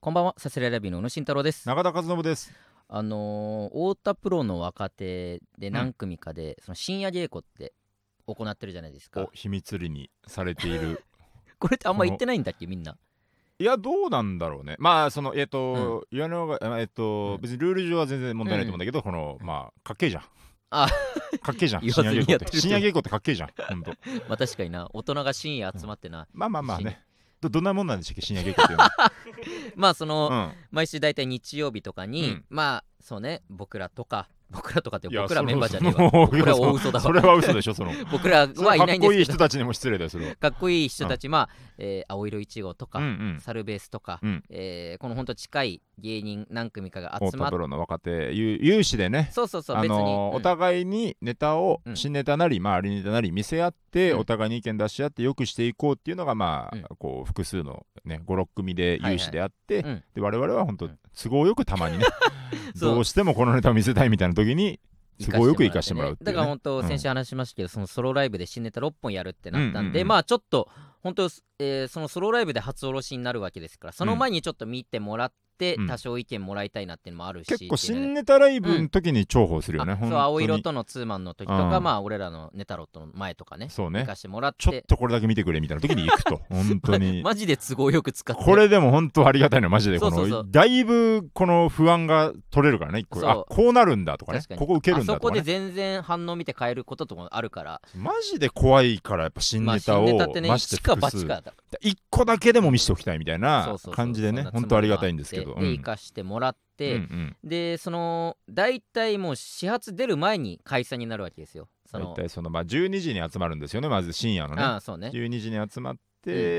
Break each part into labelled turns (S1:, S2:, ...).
S1: こんばんは、サスレラビーの宇野慎太郎です。
S2: 中田和信です。
S1: あのー、太田プロの若手で
S2: ん
S1: 何組かで、その深夜稽古って行ってるじゃないですか
S2: お。秘密裏にされている。
S1: これってあんま言ってないんだっけ、みんな。
S2: いやどうなんだろうね。まあそのえっ、と、言わない方がまあえっ、と、
S1: うん
S2: 別にルール上は全然問題ないと思うんだけど、このまあかっけえじゃん。
S1: あ
S2: かっけえじゃん。
S1: 言わ
S2: 深
S1: ず
S2: 夜
S1: に
S2: 稽
S1: やっ
S2: 古って
S1: る
S2: て深夜稽古ってかっけえじゃん。本当。
S1: まあ確かにな、大人が深夜集まってな。
S2: まあまあまあ
S1: 深
S2: ね。どどんなもんなんでしたっけ深夜稽古っていうのは。
S1: まあその、
S2: うん。
S1: 毎週大体日曜日とかに、
S2: うん
S1: まあそうね、僕らとか、僕らとかって
S2: いや
S1: 僕ら
S2: その
S1: メンバーじゃねえ
S2: その
S1: わ。僕らはい
S2: や
S1: 大嘘だ
S2: それ
S1: わ。
S2: は嘘でしょその。
S1: 僕ら
S2: それは
S1: はい
S2: か
S1: な
S2: っ
S1: いんで
S2: こいい
S1: すけ
S2: 人
S1: ど、
S2: たちにも失礼だよそれは。
S1: かっこいい人たち、まあ、えー青色1号とか、
S2: うんうん。
S1: サルベースとか、
S2: うん
S1: えーこのほんと近い芸人何組かが集
S2: 太
S1: ま
S2: 田
S1: っ
S2: プロの若手有有志でね。
S1: そうそうそう、
S2: あ
S1: 別に、
S2: のー
S1: うん
S2: お互いにネタを
S1: うん
S2: 新ネタなり、まあ、ありネタなり見せ合って、
S1: うん
S2: お互いに意見出し合ってよくしていこうっていうのが、まあ
S1: うん
S2: こう複数の、ね、56組で
S1: はい
S2: 有志であって、
S1: うん
S2: で我々は本当
S1: うん
S2: 都合よくたまにね
S1: そう
S2: どうしてもこのネタを見せたいみたいな時 に
S1: 行
S2: 都合よく行かしてもらうっ
S1: ね
S2: ていう
S1: だ
S2: ね
S1: から本当、
S2: うん
S1: 先週話しましたけど、そのソロライブで新ネタ6本やるってなったんで、
S2: うんうんうん
S1: まあちょっと、本当、えーそのソロライブで初おろしになるわけですから、その前にちょっと見てもらって、
S2: うん
S1: 多少意見もらいたいなっていうのもあるし、
S2: 結構
S1: っていうね
S2: 新ネタライブの時に重宝するよね、
S1: あ
S2: 本
S1: そ
S2: 当
S1: う
S2: に
S1: 青色とのツーマンの時とか、
S2: うん
S1: まあ俺らのネタロットの前とかね、
S2: そう
S1: 行
S2: ね
S1: かしてもらっ、
S2: ちょってとこれだけ見てくれみたいな時に行くと 本当に。
S1: マジで都合よく使って、
S2: これでも本当ありがたいのマジで
S1: そ
S2: こ
S1: う
S2: の
S1: そうそう
S2: だいぶこの不安が取れるからね一個
S1: そう
S2: あこうなるんだとかね
S1: 確かに
S2: ここ受け
S1: あ
S2: るんだ
S1: そ
S2: と
S1: こ
S2: かね
S1: で全然反応見て変えることとかもあるから、
S2: マジで怖いからやっぱ新
S1: まあ
S2: ネタ
S1: 新
S2: を
S1: ネタってね、
S2: まして
S1: 一か
S2: 複
S1: 八
S2: 数
S1: かだ
S2: 一個だけでも見せておきたいみたい
S1: そ
S2: な
S1: うそうそう
S2: 感じでね
S1: そ
S2: 本当ありがたいんですけ
S1: な
S2: ど
S1: つもりがあってで、
S2: う
S1: 行
S2: ん
S1: かしてもらって、
S2: うんうん
S1: でその大体もう始発出る前に解散になるわけですよそ
S2: 大
S1: の
S2: 体そのまあ12時に集まるんですよねまず深夜の
S1: あ
S2: ね
S1: あそうね
S2: 12時に集まって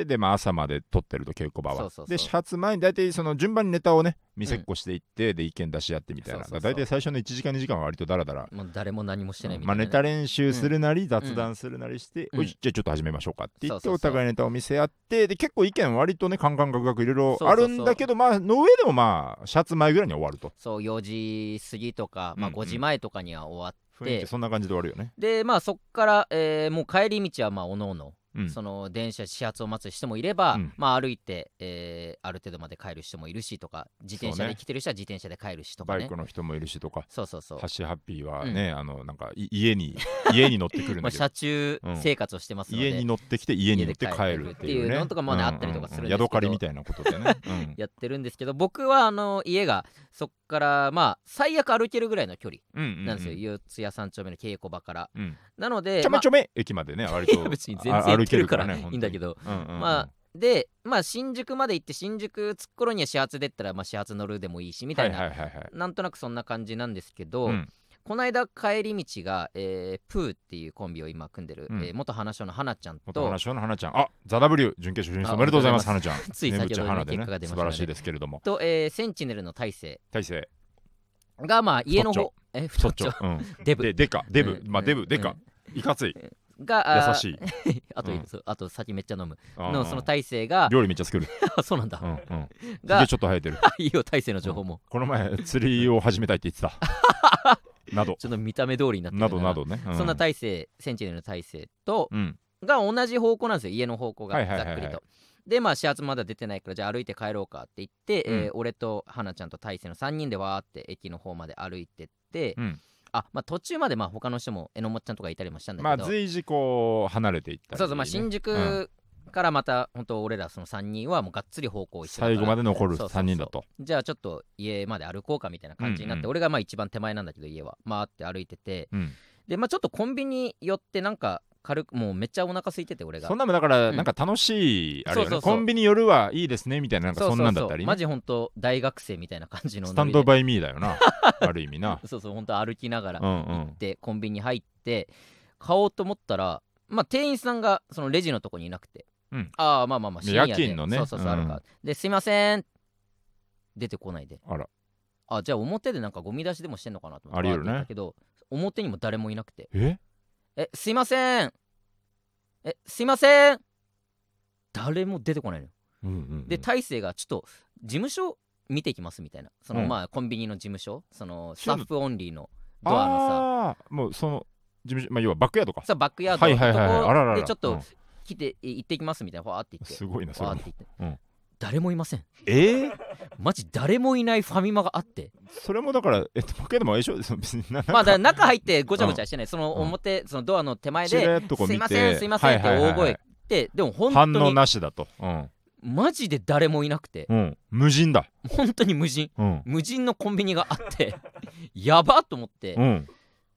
S2: でまあ朝まで撮ってると稽古場
S1: そう
S2: は
S1: そうそう
S2: で始発前に大体その順番にネタをね見せっこしていってで意見出し合ってみたいな
S1: そうそ
S2: だ
S1: うそ
S2: か
S1: う
S2: ら大体最初の1時間2時間は割とダラダラ
S1: もう誰も何もしてないみ
S2: ま
S1: た
S2: あ
S1: いなね、
S2: ネタ練習するなり雑談するなりして、
S1: うん
S2: おいじゃあちょっと始めましょうかって言って
S1: そうそう
S2: お
S1: そう
S2: 互いネタを見せ合ってで結構意見割とねカンカンガクガクいろいろ
S1: そうそう
S2: あ
S1: そう
S2: るんだけどまあの上でもまあシャツ前ぐらいには終わると
S1: そう4時過ぎとか、まあ、
S2: うんうん
S1: 5時前とかには終わっ
S2: 雰囲
S1: て、
S2: 気そんな感じで終わるよね、
S1: でまあそっから、えーもう帰り道はまあおのおの
S2: うん、
S1: その電車始発を待つ人もいれば、
S2: うん
S1: まあ歩いて、えーある程度まで帰る人もいるしとか自転
S2: そ
S1: 車
S2: う
S1: で
S2: ね
S1: 来てる人は自転車で帰るしとか
S2: バ
S1: ね
S2: イクの人もいるしとか
S1: そうそうそう
S2: ハッシーハッピーはね、あのなんかい家に 家に乗ってくるん
S1: まあ
S2: だけど
S1: 車中生活をしてますので、
S2: 家に乗ってきて家に乗って帰るっていう
S1: 家で帰るっていう
S2: ね
S1: のとかもねあったりとかするんですけど
S2: 宿借りみたいなことでね、うん
S1: やってるんですけど僕はあの家がそっからまあ最悪歩けるぐらいの距離
S2: うんうんうん
S1: なんですよ、四谷三丁目の稽古場から
S2: うん
S1: なので
S2: ちょめちょめ駅までね割と
S1: まあ、別に全然行けるからいいんだけ
S2: ど、
S1: ど
S2: うんうんうん
S1: まあでまあ新宿まで行って新宿着く頃には始発出たらまあ始発乗るでもいいしみたいな、
S2: はいはいはいはい
S1: なんとなくそんな感じなんですけど、
S2: うん
S1: この間帰り道が、えープーっていうコンビを今組んでる、
S2: うん
S1: えー元花賞の花ちゃん
S2: 元
S1: と
S2: 花賞の花ちゃん。あ、ザ W 準決勝進出
S1: あ
S2: おめでとうございます、
S1: おめ
S2: 花ちゃん。
S1: つい
S2: ねぶ
S1: 先
S2: ち
S1: ほど、ね
S2: 花で
S1: 結果が
S2: ね、
S1: 出ました
S2: 素晴
S1: の
S2: ら
S1: で
S2: しいですけれども。
S1: と、えーセンチネルの大勢
S2: 大勢、
S1: がまあ家の
S2: 太っ
S1: 方え太
S2: 太っ
S1: っ
S2: ち
S1: ち
S2: ょ
S1: ょ。
S2: うん
S1: デブ
S2: で、でか、デブ、
S1: うん
S2: まあデブ、で
S1: う
S2: か
S1: ん、
S2: いかつい、
S1: が
S2: 優
S1: あー
S2: しい。
S1: あと、
S2: うん
S1: そうあと先めっちゃ飲む
S2: あ
S1: のその
S2: ー
S1: 大勢が
S2: 料理めっちゃ作る。
S1: そうなんだ、
S2: うんうん。
S1: が
S2: で、ちょっと生えてる。
S1: いいよ大勢の情報も、
S2: この前、釣りを始めたいって言って た。など、
S1: ちょっと見た目通りになってる
S2: などな、どね。う
S1: そんな大勢センチネルの大勢と、
S2: うん。
S1: が同じ方向なんですよ家の方向が
S2: は
S1: ざ
S2: いはいはいは
S1: っ
S2: い
S1: くりと。でまあ始発まだ出てないからじゃあ歩いて帰ろうかって言って、えー俺と花ちゃんと大勢の3人でわーって駅の方まで歩いてって、
S2: うん
S1: あまあ途中までまあ他の人もえのもっちゃんとかいたりもしたんだけど、
S2: まあ、随時こう、離れていったりね。
S1: そうそうまあ新
S2: うん
S1: 宿からまた本当俺らその3人はもうがっつり方向一緒だから
S2: 最後まで残る
S1: そうそうそう
S2: 3人だと。
S1: じゃあちょっと家まで歩こうかみたいな感じになって、
S2: うんうん
S1: 俺がまあ一番手前なんだけど家はまあって歩いてて
S2: うん
S1: でまあちょっとコンビニ寄ってなんか軽くもうめっちゃお腹空いてて俺が
S2: そんなもんだから、
S1: うん
S2: なんか楽しい、あ
S1: そ
S2: れよ
S1: うそう
S2: ね、
S1: そう
S2: コンビニ夜はいいですね、みたいな、なんかそんなんだったりね
S1: マ。ジ本当大学生みたいな感じの
S2: スタ
S1: ノ
S2: ン
S1: リで
S2: ドバイミーだよな ある意味な
S1: そうそう本当歩きながら
S2: う
S1: 行
S2: んう
S1: っ
S2: ん
S1: てコンビニ入って買おうと思ったらまあ店員さんがそのレジのとこにいなくて、
S2: うん
S1: ああまあまあまあ深夜で
S2: 夜勤のね
S1: そうそうそうあるから、
S2: う
S1: ですいません出てこないで
S2: あら
S1: あじゃあ表でなんかゴミ出しでもしてんのかなと思って
S2: あり得るね
S1: バーって行ったけど表にも誰もいなくて
S2: え
S1: えすいませんえすいません誰も出てこないの
S2: うんうん
S1: で大勢がちょっと事務所見てきますみたいなその、
S2: うん
S1: まあコンビニの事務所そのス
S2: ち
S1: タ
S2: ょっと
S1: ッフオンリーのドアのさ
S2: ああーもうその事務所まあ要はバックヤードか
S1: さバックヤード
S2: はいはいはいはいあら
S1: のと
S2: らら
S1: こでちょっ
S2: う
S1: と
S2: ん
S1: 来て行ってきますみたいなわーって言って
S2: すごいなそれ
S1: わー
S2: も
S1: って言って、
S2: うん
S1: 誰もいません
S2: えー、
S1: マジ誰もいないファミマがあって
S2: それもだから、えっと、ポケでも相性ですよ別にな
S1: まあだから中入ってごちゃごちゃしてない、その表、そのドアの手前
S2: ち
S1: で
S2: らっ
S1: 「
S2: とこう
S1: すい
S2: 見
S1: ま
S2: て
S1: せんすいません」って
S2: はいはいは
S1: 大
S2: い
S1: 声ってでも本
S2: 反
S1: 当
S2: 応
S1: に
S2: なしだと、うん
S1: マジで誰もいなくて
S2: うん、無人だ、
S1: 本当に無人
S2: うん
S1: 無人のコンビニがあって やばっと思って
S2: うん、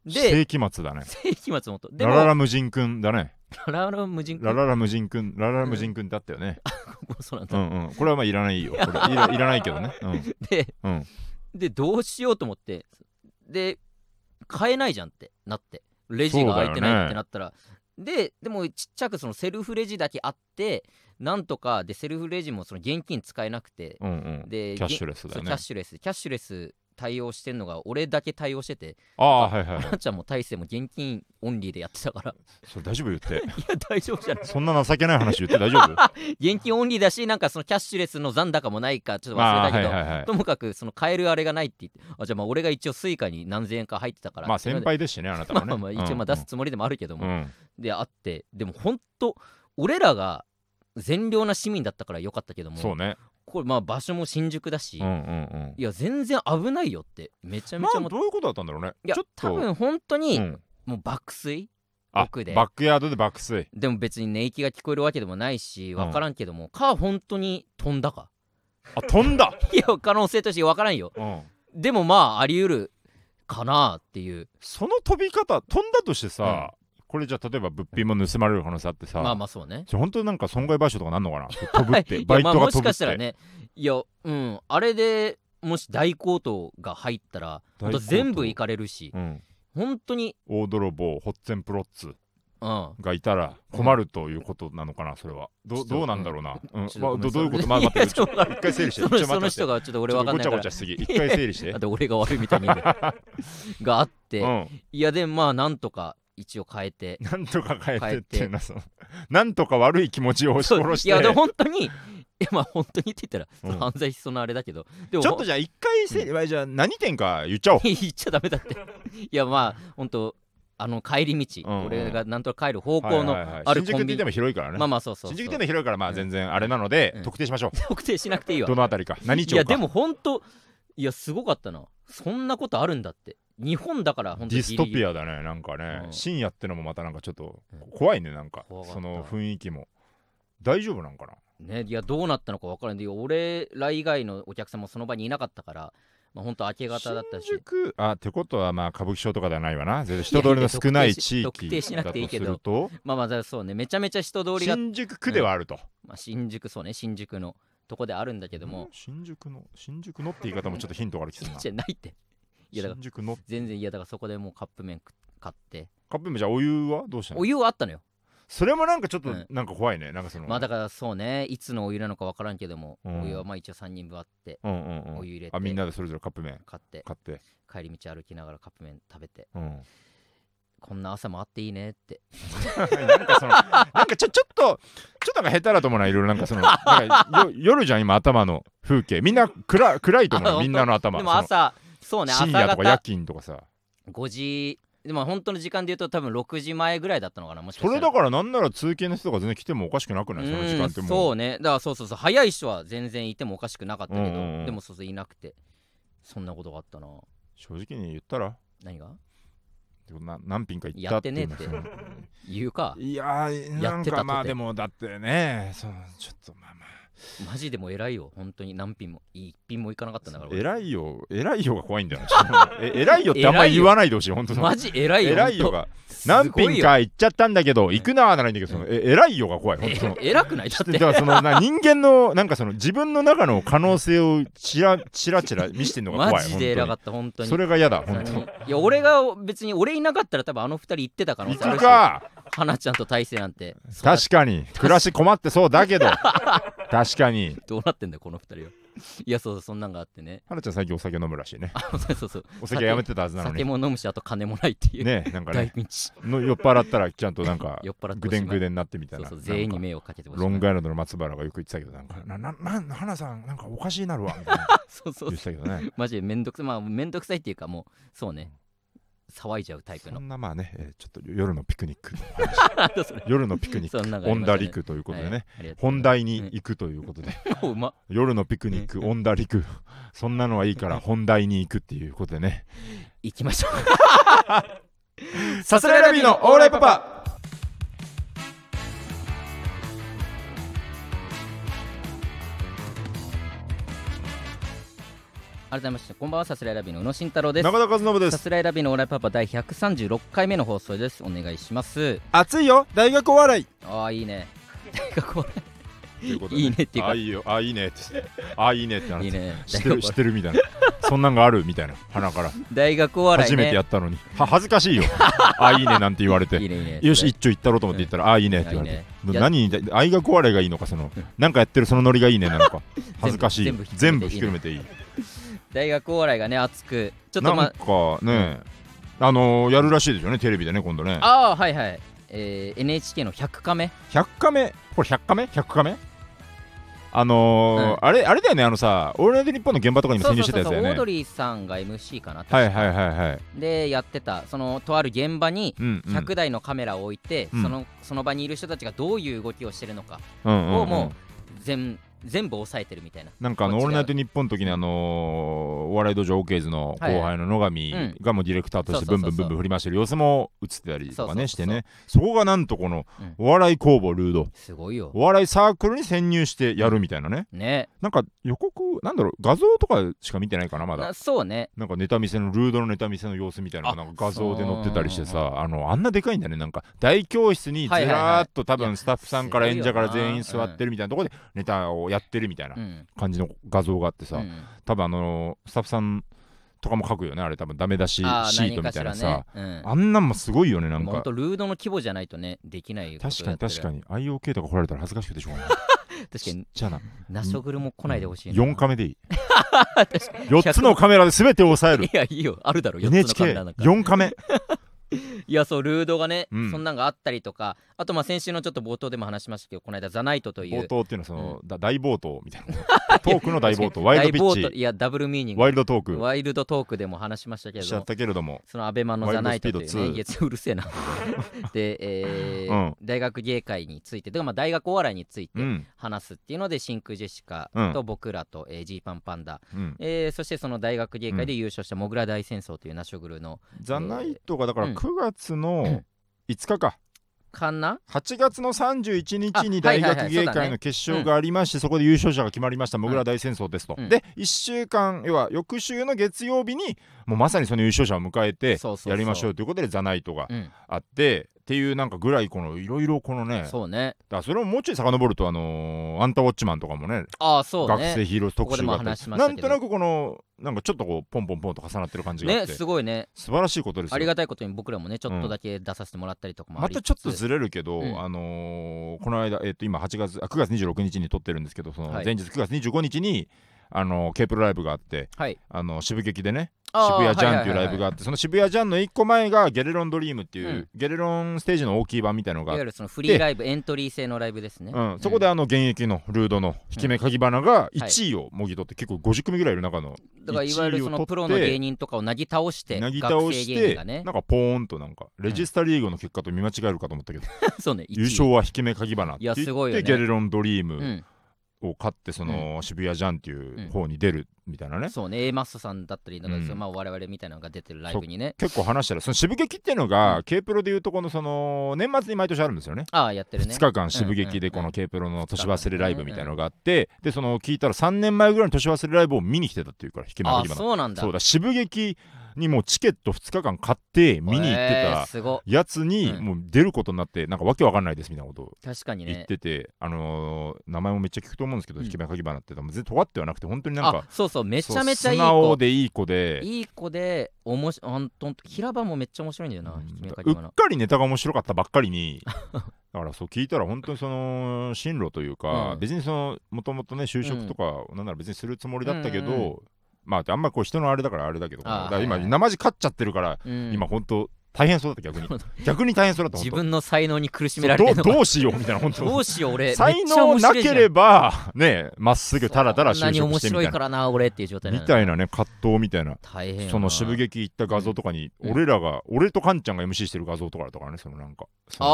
S1: で
S2: 世紀末だね
S1: 世紀末もとで
S2: ラ
S1: も
S2: ララ無人くんだね
S1: ラララ無人
S2: ラ
S1: 君
S2: ララ無人くんラララ無人くんだったよね、
S1: そうなん
S2: う
S1: だ
S2: んうん、これはまあいらない よこれいらいらないけどね、
S1: で
S2: うんうん、
S1: でどうしようと思ってで買えないじゃんってなってレジが開いてないってなったら、ででもちっちゃくそのセルフレジだけあってなんとかでセルフレジもその現金使えなくて
S2: うんうん、
S1: で
S2: キャッシュ
S1: レ
S2: レス
S1: ス
S2: だよ
S1: キ
S2: ね
S1: ャッシュレスキャッシュレス対応してんのが俺だけ対応してて
S2: ああはいはい、はい、
S1: 花、ちゃんも大勢も現金オンリーでやってた から
S2: それ大丈夫言って
S1: いや大丈夫じゃない
S2: そんな情けない話言って大丈夫
S1: 現金オンリーだしなんかそのキャッシュレスの残高もないかちょっと忘れ
S2: あ
S1: た
S2: あは
S1: け
S2: い
S1: ど、
S2: はいはい
S1: ともかくその買えるあれがないって言ってあじゃあまあ俺が一応スイカに何千円か入ってたから
S2: まあ先輩ですしねあなた
S1: ま
S2: は
S1: あ
S2: ね
S1: まあまあ一応まあ出すつもりでもあるけど
S2: う
S1: も、
S2: んうん
S1: であってでも本当俺らが善良な市民だったから良かったけども
S2: そうね
S1: これまあ場所も新宿だし、
S2: うんうん
S1: いや全然危ないよってめちゃ
S2: うん
S1: め
S2: ま
S1: ちゃ思
S2: あ
S1: って、
S2: どういうことだったんだろうね
S1: いや
S2: ちょっと
S1: 多分本当に
S2: うん
S1: もう爆睡
S2: あ
S1: 奥で
S2: バックヤードで爆睡
S1: でも別に寝息が聞こえるわけでもないし
S2: ん
S1: 分からんけども、か本当に飛んだか
S2: あ飛んだ、
S1: いや可能性として分からんよ
S2: うん、
S1: でもまああり得るかなっていう
S2: その飛び方飛んだとしてさ、これじゃあ例えば物品も盗まれる可能性あってさ、
S1: まあまあそうね
S2: それ本当になんか損害賠償とかなんのかな飛ぶ っ
S1: い
S2: て
S1: や
S2: バイト
S1: まあ
S2: が
S1: も
S2: 飛
S1: し
S2: ぶ
S1: か
S2: っ
S1: したら
S2: て、
S1: ねいやうんあれでもし大高騰が入ったら
S2: 大
S1: 本当
S2: 高騰
S1: 全部行かれるし
S2: うん、
S1: 本当に
S2: 大泥棒ホッツェンプロッツ
S1: うん
S2: がいたら困るということなのかなそれはどうどうなんだろうな、うん
S1: ち
S2: ま
S1: ょ
S2: あ、
S1: っと
S2: ど
S1: ご
S2: どうい
S1: め
S2: うん
S1: な
S2: こと
S1: さ
S2: まあ待って
S1: いやちょっと
S2: 一回整理して
S1: そのその人
S2: ちょっと待って
S1: がちょっと
S2: こ
S1: 俺わかん
S2: ご
S1: な
S2: ち
S1: いか
S2: ゃご
S1: ら
S2: ち
S1: だ
S2: ゃしすぎ一回整理 して、
S1: って俺が悪いみたいに言うんだよ があって
S2: うん、
S1: いやでもまあなんとか一応変えて
S2: なんとか変えてっていうなそのなんとか悪い気持ちを押し
S1: そう
S2: 殺し
S1: いやでも
S2: て
S1: 本当にいやまあ本当にって言ったらその
S2: うん
S1: 犯罪しそうなあれだけどでも
S2: ちょっとじゃあ一回整理、はじゃあ何点か言っちゃおう
S1: 言っちゃダメだ っていやまあ本当あの帰り道、
S2: うんうん
S1: 俺がなんとか帰る方向の
S2: はいはいはい
S1: ある
S2: 新宿
S1: コ
S2: っ
S1: ン
S2: て言
S1: ビ
S2: って
S1: ニ
S2: も広いからね
S1: まあまあそうそうそう
S2: 新宿店の広いからまあ
S1: うん
S2: 全然あれなので、
S1: うん
S2: 特定しましょう、
S1: 特定しなくていいわ
S2: どのあたりか何
S1: い
S2: 町か
S1: やでも本当いやすごかったなそんなことあるんだって日本だから本当
S2: ディストピ
S1: ア
S2: アだねなんかね、
S1: うん
S2: 深夜ってのもまたなんかちょっと
S1: うん
S2: 怖いねなんか
S1: 怖かった
S2: その雰囲気も大丈夫なんかな
S1: ねいやどうなったのか分からんで俺ら以外のお客さんもその場にいなかったから、まあ、本当明け方だったし
S2: 新宿あってことはまあ歌舞伎町とかではないわな全然人通りの少ない地
S1: 特
S2: 域
S1: 定しな
S2: だ
S1: く
S2: と
S1: ていいけ
S2: す
S1: ど
S2: ると
S1: まあまあだからそうねめちゃめちゃ人通りが、
S2: 新宿区ではあると、
S1: まあ、新宿そうね新宿のとこであるんだけども、
S2: 新宿の新宿のって言い方もちょっとヒントがある気するな
S1: じゃないっていやだから
S2: 新宿の
S1: 全然いやだからそこでもうカップ麺食買って
S2: カップ麺じゃあお湯はどうしたの
S1: お湯はあったのよ
S2: それもなんかちょっと
S1: うん
S2: なんか怖いねなんかその、
S1: まあだからそうねいつのお湯なのか分からんけども、
S2: うん
S1: お湯はまあ一応3人分あって
S2: うんうんうん
S1: お湯入れて
S2: あみんなでそれぞれカップ麺
S1: 買って
S2: 買って
S1: 帰り道歩きながらカップ麺食べて
S2: うん
S1: こんな朝もあっていいねって
S2: なんかそのなんかちょちょっとちょっとなんか下手だと思うないろいろなんかそのなんか よ夜じゃん今頭の風景みんな暗暗いと思う
S1: あ
S2: よみんなの頭
S1: でも朝そう
S2: その
S1: ね
S2: 深
S1: 朝
S2: 夜とか夜
S1: 方
S2: 勤とかさ
S1: 5時でも本当の時間で言うと多分6時前ぐらいだったのかなもしか
S2: そ
S1: した
S2: れ
S1: ら
S2: だからなんなら通勤の人とか全然来てもおかしくなくないその時間って
S1: うん
S2: も
S1: そううねだからそうそうそう早い人は全然いてもおかしくなかったけど、
S2: うんうんうん
S1: でもそうそういなくてそんなことがあったな
S2: 正直に言ったら
S1: 何が
S2: な何品か行ったっていう
S1: やってね言うか
S2: いやー
S1: や
S2: な
S1: っ
S2: ん
S1: てたとて
S2: かまあでもだってねそのちょっとまあまあ
S1: マジでもう偉いよ本当に何品も一品もいかなかったんだから俺
S2: 偉いよ偉いよが怖いんだよなちょ っとえ偉いよってあんまり言わないでほしい本当
S1: マジ偉いよ
S2: 偉いよ
S1: 本
S2: が
S1: 当すごい
S2: 何品か行っちゃったんだけど
S1: ん
S2: 行くなーならいいんだけどそのえ偉いよが怖い本当そ
S1: よ
S2: の
S1: え偉くないだっ
S2: だ
S1: て
S2: からそのな人間のなんかその自分の中の可能性をちらちらちら見せてるのが怖
S1: マ
S2: い
S1: ジで偉か
S2: 本
S1: った本
S2: 当
S1: 当
S2: に
S1: に
S2: それが嫌だ本当
S1: いや俺が別に俺いなかったら多分あの二人行ってた可能
S2: 行
S1: 性ある
S2: く
S1: し
S2: か
S1: 花ちゃんと大勢なんてそうだ
S2: 確かに暮らし困ってそう だけど確かに
S1: どうなってんだよこの二人はいやそうそうそんなんがあってね
S2: はなちゃん最近お酒飲むらしいね
S1: あそうそうそう
S2: お酒やめてたはずなの
S1: 酒
S2: に
S1: も飲むしあと金もないっていう、
S2: ねなんか
S1: 大
S2: ね
S1: ピンチ
S2: の酔っ払ったらちゃんとなんか
S1: 酔っ払っておしまい
S2: ぐでんぐでんになってみたい
S1: そう
S2: な
S1: そう
S2: なんか
S1: 全員に迷惑かけてほしい
S2: ロングアイランドの松原がよく言ってたけどなんかななな花さんなんかおか しいなるわみたいな
S1: そうそう
S2: 言ってたけどね
S1: マジでめんどくさいまあめんどくさいっていうかもうそうね騒いじゃうタイプ
S2: そ
S1: の
S2: んなまあね、えーちょっと夜のピクニック
S1: なん だそれ
S2: 夜のピクニック
S1: そんなのがあ
S2: オ
S1: り
S2: ン
S1: ました
S2: ダ
S1: ね
S2: リクということでね、
S1: はいありがとう
S2: 本題に行くということで、
S1: もううま
S2: 夜のピクニック、オンダリク、そんなのはいいから本題に行くっていうことでね。
S1: 行きましょう
S2: さ
S1: すらいラビーのオーライパ
S2: パ
S1: 改めましてこんばんはさすらいラビーの宇野慎太郎です
S2: 中田和信で
S1: さ
S2: す。
S1: すらいラビーのオーライパパ第136回目の放送ですお願いします
S2: 熱いよ、大学お笑い
S1: ああいいね大学お笑
S2: ということで
S1: いいねっていうか
S2: あ、いいよ、あ、いいねって。あ、いいねってなっ
S1: いいい
S2: て。
S1: ね
S2: 知
S1: 大
S2: って
S1: 学お
S2: る、知ってるみたいな。そんなんがあるみたいな、鼻から。
S1: 大学お 笑い
S2: 初
S1: ね
S2: めてやったのに。は恥ずかし いよ。あ、いいねなんて言われて
S1: い。いねいいね
S2: よし、一丁言ったろうと思って言ったら、あ、いいねって言われ
S1: いい
S2: て
S1: ね。
S2: で何に、愛がお笑いがいいのか、その、なんかやってるそのノリがいいねなのか。恥ずかしい
S1: 全部。全
S2: 全
S1: 部
S2: 部
S1: ひ
S2: ひ
S1: っ
S2: っ
S1: く
S2: く
S1: る
S2: る
S1: め
S2: めていい。
S1: 大学お笑いがね熱くちょっ
S2: な
S1: と
S2: ん
S1: ま
S2: か
S1: あ
S2: ね、あのーやるらしいですよね、テレビでね、今度ね。
S1: ああはいはい、えー NHK の100カメ
S2: 100カメ、これ100カメ ?100 カメあのーあれ、あれだよね、あのさ、オールナイトニッポンの現場とかにも
S1: そ
S2: 潜
S1: うそ
S2: 入
S1: う
S2: してた
S1: そう
S2: や
S1: そう
S2: つだ
S1: オ
S2: よね。
S1: ードリーさんが MC かな
S2: はいはいはいはい。
S1: でやってたそのとある現場に
S2: うん、うん。
S1: 100台のカメラを置いて、
S2: うん
S1: そのその場にいる人たちがどういう動きをしてるのか
S2: うんうん
S1: を
S2: うん
S1: もう全,、全部押さえてるみたいな
S2: なんかあの
S1: こっ
S2: オ
S1: ち
S2: ー
S1: だ
S2: ルナイトニッポンの時にあのーお笑い道場オーケーズの後輩の野上がもうディレクターとして
S1: そ
S2: ブ
S1: う
S2: ン
S1: そう
S2: ブ
S1: そうそう
S2: ンブンブン振り回してる様子も映ってたりとかね
S1: そ
S2: し
S1: うそうそうそう
S2: てねそこがなんとこの
S1: うん
S2: お笑い工房ルード
S1: すごいよ
S2: お笑いサークルに潜入してやるみたいなね
S1: ね
S2: なんか予告、なんだろう、画像とかしか見てないかな、まだ
S1: な。そうね
S2: なんかネタ見せの、ルードのネタ見せの様子みたいなのが
S1: あ
S2: なんか画像で載ってたりして
S1: そう
S2: さ、あの、あんなでかいんだね、なんか、大教室にず
S1: はいはいは
S2: ら
S1: い
S2: ーっと多
S1: いや
S2: 分スタッフさんから
S1: すごい
S2: 演
S1: よ
S2: 者から
S1: な
S2: 全員座ってるみたいなところでネタをやってるみたいな
S1: うん
S2: 感じの画像があってさ
S1: う、ん
S2: 多分あの、スタッフさんとかも書くよね、あれ多分ダメ出しシ
S1: あー
S2: ートみたいな
S1: 何
S2: さ
S1: か、しらね
S2: あんなんもすごいよね、な
S1: うんん、本
S2: か。
S1: 当ルードの規模じゃないとねできないこと
S2: 確
S1: や
S2: か
S1: っ
S2: に
S1: てる
S2: 確かに IOK とか来られたら恥ずかしくてしょうがない
S1: 確
S2: ち
S1: か
S2: っ
S1: に
S2: ちゃな
S1: ナショグルも来ないでほしいな
S2: 4カメ でいい4つのカメラで全て抑える
S1: いやいいよあるだろ4
S2: NHK4
S1: つのカメラなんか
S2: カメ
S1: いやそうルードがね、
S2: うん
S1: そんなんがあったりとかあとまあ先週のちょっと冒頭でも話しましたけどこの間ザナイトとい
S2: 冒
S1: う
S2: 頭っていうのはその、だ大冒頭みたい なトークの大冒頭ワイルドピ
S1: 大
S2: ッ
S1: 冒頭
S2: チ
S1: いやダブルミーニング
S2: ワイルドトーク
S1: ワイルドトークでも話しましたけれど
S2: しちゃっ
S1: も
S2: たけれども
S1: そのアベマの「ザナイトという
S2: ワ
S1: ね
S2: イルド
S1: 月うるせえ なで、えー
S2: うん
S1: 大学芸会についてとか、まあ、大学お笑いについて
S2: うん
S1: 話すっていうので、真空ジェシカと僕らと、えー、ジーパンパンダ、
S2: うん
S1: えーそしてその大学芸会で優勝したモグラ大戦争というナショグルの
S2: ザ・ナイトがだから
S1: うん
S2: 9月
S1: う
S2: の
S1: ん
S2: 5日か
S1: かな
S2: 8月の31日に
S1: あはい
S2: 大
S1: はいはい
S2: 学芸
S1: そうだ
S2: 会
S1: ね
S2: の決勝がありましてそこで優勝者が決まりました「もぐら大戦争」ですと、
S1: うん
S2: で1週間要は翌週の月曜日にもうまさにその優勝者を迎えて
S1: そうそうそう
S2: やりましょうということで「ザ・ナイト」が
S1: うん、
S2: あってっていうなんかぐらいこのいろいろこのね
S1: そうね
S2: だからそれをもうちょい遡るとあのーアンタウォッチマンとかもね
S1: ああそう
S2: 学
S1: ね
S2: 生ヒーローズ
S1: ここ
S2: 特
S1: で
S2: 集
S1: も
S2: があったり
S1: 話しました
S2: な
S1: け
S2: ん
S1: ど
S2: となくこのなんかちょっとこうポンポンポンと重なってる感じがあっ
S1: ね
S2: て、
S1: すごいね
S2: 素晴らしいことですよ
S1: ありがたいことに僕らもねちょっとだけ出させてもらったりとかもあ
S2: ま
S1: り
S2: た
S1: つ
S2: ちょっ
S1: つ
S2: とずれるけど、
S1: うん
S2: あのーこの間、えっと今8月あ9月26日に撮ってるんですけどその
S1: はい
S2: 前日9月25日に、あのー、ケープライブがあって、
S1: はい
S2: あの渋劇でね
S1: あー
S2: 渋谷ジャンっていうライブがあ
S1: は
S2: って、その渋谷ジャンの1個前がゲレロンドリームっていう、
S1: うん
S2: ゲレロンステージの大きい版みたいの
S1: いは
S2: が
S1: い
S2: あ
S1: い
S2: っ
S1: わゆ
S2: て
S1: るそのフリーライブエントリー制のライブですね、
S2: うん、そこであの現役のルードの引き目かぎ花が1位をもぎ取って結構50組ぐらいいる中の
S1: だからいわゆるそ
S2: 一位
S1: の
S2: を取って
S1: プロの芸人とかをなぎ倒して
S2: なぎ倒
S1: 学生
S2: し
S1: 芸人
S2: て
S1: が
S2: なん
S1: ね
S2: かポーンとなんかレジスタリーグの結果と見間違えるかと思ったけど
S1: そうね
S2: 優
S1: 1
S2: 勝は引き目かぎ花って
S1: いやすごい
S2: 言
S1: よ
S2: っ
S1: ね
S2: てゲレロンドリー
S1: 位う
S2: ム
S1: ん
S2: を勝ってその渋谷ジャンっていう方に出るみたいなね
S1: そうね A マストさんだったりなんかそう
S2: うん
S1: まあ我々みたいなのが出てるライブにね
S2: 結構話したらその渋劇っていうのが K プロでいうとこのその年末に毎年あるんですよね
S1: ああやってるね
S2: 2日間渋劇でこの K プロの年忘れライブみたいなのがあってでその聞いたら3年前ぐらいの年忘れライブを見に来てたっていうから引き目
S1: あ
S2: か
S1: あ
S2: ぎ花
S1: そうなんだ
S2: そうだ渋劇にもうチケット2日間買って見に行って
S1: えー
S2: た
S1: すご
S2: やつに
S1: うん
S2: もう出ることになってなんかわけわかんないですみたいなことを
S1: 確かに
S2: 言っ
S1: ね
S2: てて、あのー名前もめっちゃ聞くと思うんですけど、
S1: うん
S2: 引き目かぎ花って多分全然尖ってはなくて本当になん
S1: あ
S2: か
S1: そうそうめ
S2: め
S1: ちゃめちゃいい
S2: 素直
S1: 子
S2: でいい子で
S1: いい子でおもしあんとん平場もめっちゃ面白いんだよ
S2: う
S1: なんひきめか
S2: う
S1: ぎ
S2: っ
S1: 花
S2: かりネタが面白かったばっか りにだからそう聞いたら本当にその進路というか、
S1: うん
S2: 別にそのもともとね就職とかなんなら別にするつもりだったけど、
S1: うんうん
S2: まああんまこう人のあれだからあれだけど
S1: あー
S2: だから今、
S1: はいはい
S2: なまじ勝っちゃってるから
S1: うん
S2: 今本当大変そうだった 逆に逆に大変そうだった
S1: 自
S2: 本
S1: 分の才能に苦し
S2: 当
S1: められてるの
S2: どう
S1: か
S2: どうしようみたいな本当
S1: どうしよう俺
S2: 才能なけれ
S1: ば
S2: ばねまっすぐたらたら就
S1: 何
S2: 職
S1: 面
S2: してみ
S1: 白
S2: た
S1: いか
S2: いな
S1: らな俺っていう状態な
S2: み
S1: の
S2: たいなね葛藤みたいな
S1: 大変やな
S2: その渋劇行った画像とかに
S1: うん
S2: 俺らが俺とカンちゃんが MC してる画像とかだったからねそのなんかその
S1: あ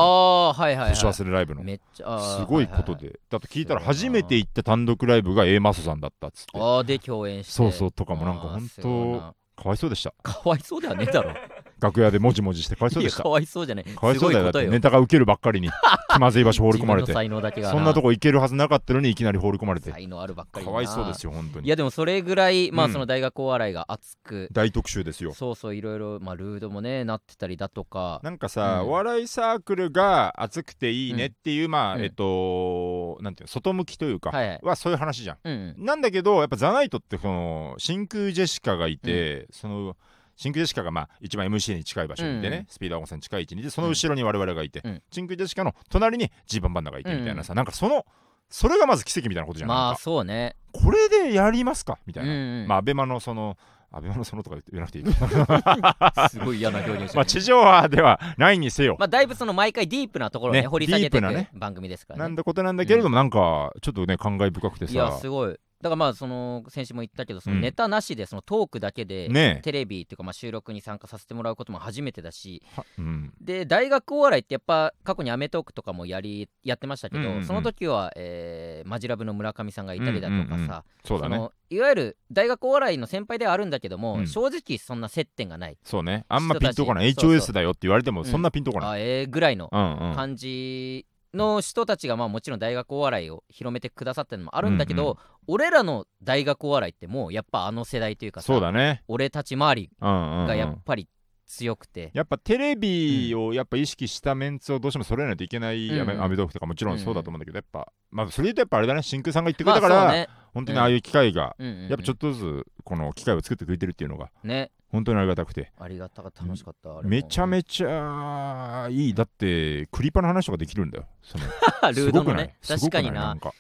S1: あーはいはい、はい、
S2: 年忘れライブの
S1: めっちゃあー
S2: すごいこと
S1: は
S2: でだって聞いたら
S1: そうだな
S2: 初めて行った単独ライブが A マソさんだったっつって
S1: いはいあーで共演して
S2: そうそう
S1: と
S2: とかもなんか本当かわいそうでした
S1: かわいそうではねえだろ
S2: 楽屋でもじもじしてかわいそう
S1: い
S2: で
S1: や
S2: した
S1: かわいそうじゃない
S2: かわいそうだよ
S1: す
S2: だ
S1: ご
S2: っ
S1: いこと
S2: て
S1: よ
S2: ネタが受けるばっか りに気まずい場所放り込まれ
S1: 自分の
S2: て
S1: 才能だけが
S2: そんなとこ行けるはずなかったのにいきなり放り込まれて
S1: 才能あるばっかり
S2: かわいそうです
S1: よ
S2: よ本当
S1: い
S2: に
S1: やでもそれぐらいまあ
S2: うん
S1: その大学お笑いが熱く、
S2: 大特集ですよ
S1: そうそういろいろまあルードもねなってたりだとか
S2: なんかさ、
S1: うん
S2: お笑いサークルが熱くていいねっていう、まあ、
S1: うん
S2: えっとなんていうの外向きというか、
S1: はいはい
S2: そういう話じゃん
S1: うんうん
S2: なんだけどやっぱザナイトってこの真空ジェシカがいて、その真空ジェシカがまあ一番 MC に近い場所にいてね、
S1: うん
S2: スピードワゴンさんに近い位置にいてその後ろに我々がいて、
S1: うん
S2: 真空ジェシカの隣にジーパンバンダがいてみたいなさ、なんかそのそれがまず奇跡みたいなことじゃん
S1: ま
S2: な
S1: あ
S2: んか
S1: そうね
S2: これでやりますかみたいな、
S1: うんうん
S2: まあアベマのそのアベマのそのとか言わなくていい
S1: すごい嫌な表現をして
S2: まあ
S1: る
S2: 地上波ではないにせよ、
S1: まあだいぶその毎回ディープなところをね
S2: ね
S1: 掘り下げてい
S2: ディープな
S1: く
S2: ね
S1: 番組ですから
S2: なん
S1: ね
S2: だことなんだけれども、なんかちょっとね感慨深くて
S1: いや
S2: さ
S1: すごいだからまあその先週も言ったけどそうの
S2: ん
S1: ネタなしでそのトークだけで
S2: ねえ、
S1: テレビというかまあ収録に参加させてもらうことも初めてだし
S2: うん、
S1: で大学お笑いってやっぱ過去に『アメトーーク』とかもやりやってましたけど、
S2: うんうんうん
S1: その時は、えーマジラブの村上さんがいたりだとかさ、
S2: うんうんうんそうだ
S1: そ
S2: ね
S1: のいわゆる大学お笑いの先輩ではあるんだけども、
S2: うん
S1: 正直そんな接点がない、
S2: そうねあんまピンとこない
S1: 人たちそうそう
S2: HOS だよって言われてもそんなピンとこ
S1: あ
S2: ない、
S1: えーぐらいの
S2: うんうん
S1: 感じの人たちが、まあ、もちろん大学お笑いを広めてくださったのもあるんだけど、
S2: うんう
S1: 俺らの大学お笑いってもうやっぱあの世代というかさ
S2: そうだね
S1: 俺たち周り
S2: うんうん、う
S1: がやっ
S2: ん、
S1: ぱり強くて、
S2: やっぱテレビをやっぱ意識したメンツをどうしても揃えないといけない
S1: うんうん
S2: アメアメトークとかもちろんそうだと思うんだけど、やっぱまあそれ言うとやっぱあれだね真空さんが言ってくれたから、
S1: まあそうね
S2: 本当にああいう機会が、
S1: うんうんうん
S2: やっぱちょっとずつこの機会を作ってくれてるっていうのが
S1: ね
S2: 本当にありがたくて
S1: ありがたかった楽しかったあれも
S2: めちゃめちゃいいだってクリパの話とかできるんだよその
S1: ルードのね
S2: すご
S1: 確
S2: く
S1: か
S2: ない
S1: に
S2: すごくい
S1: な
S2: なんか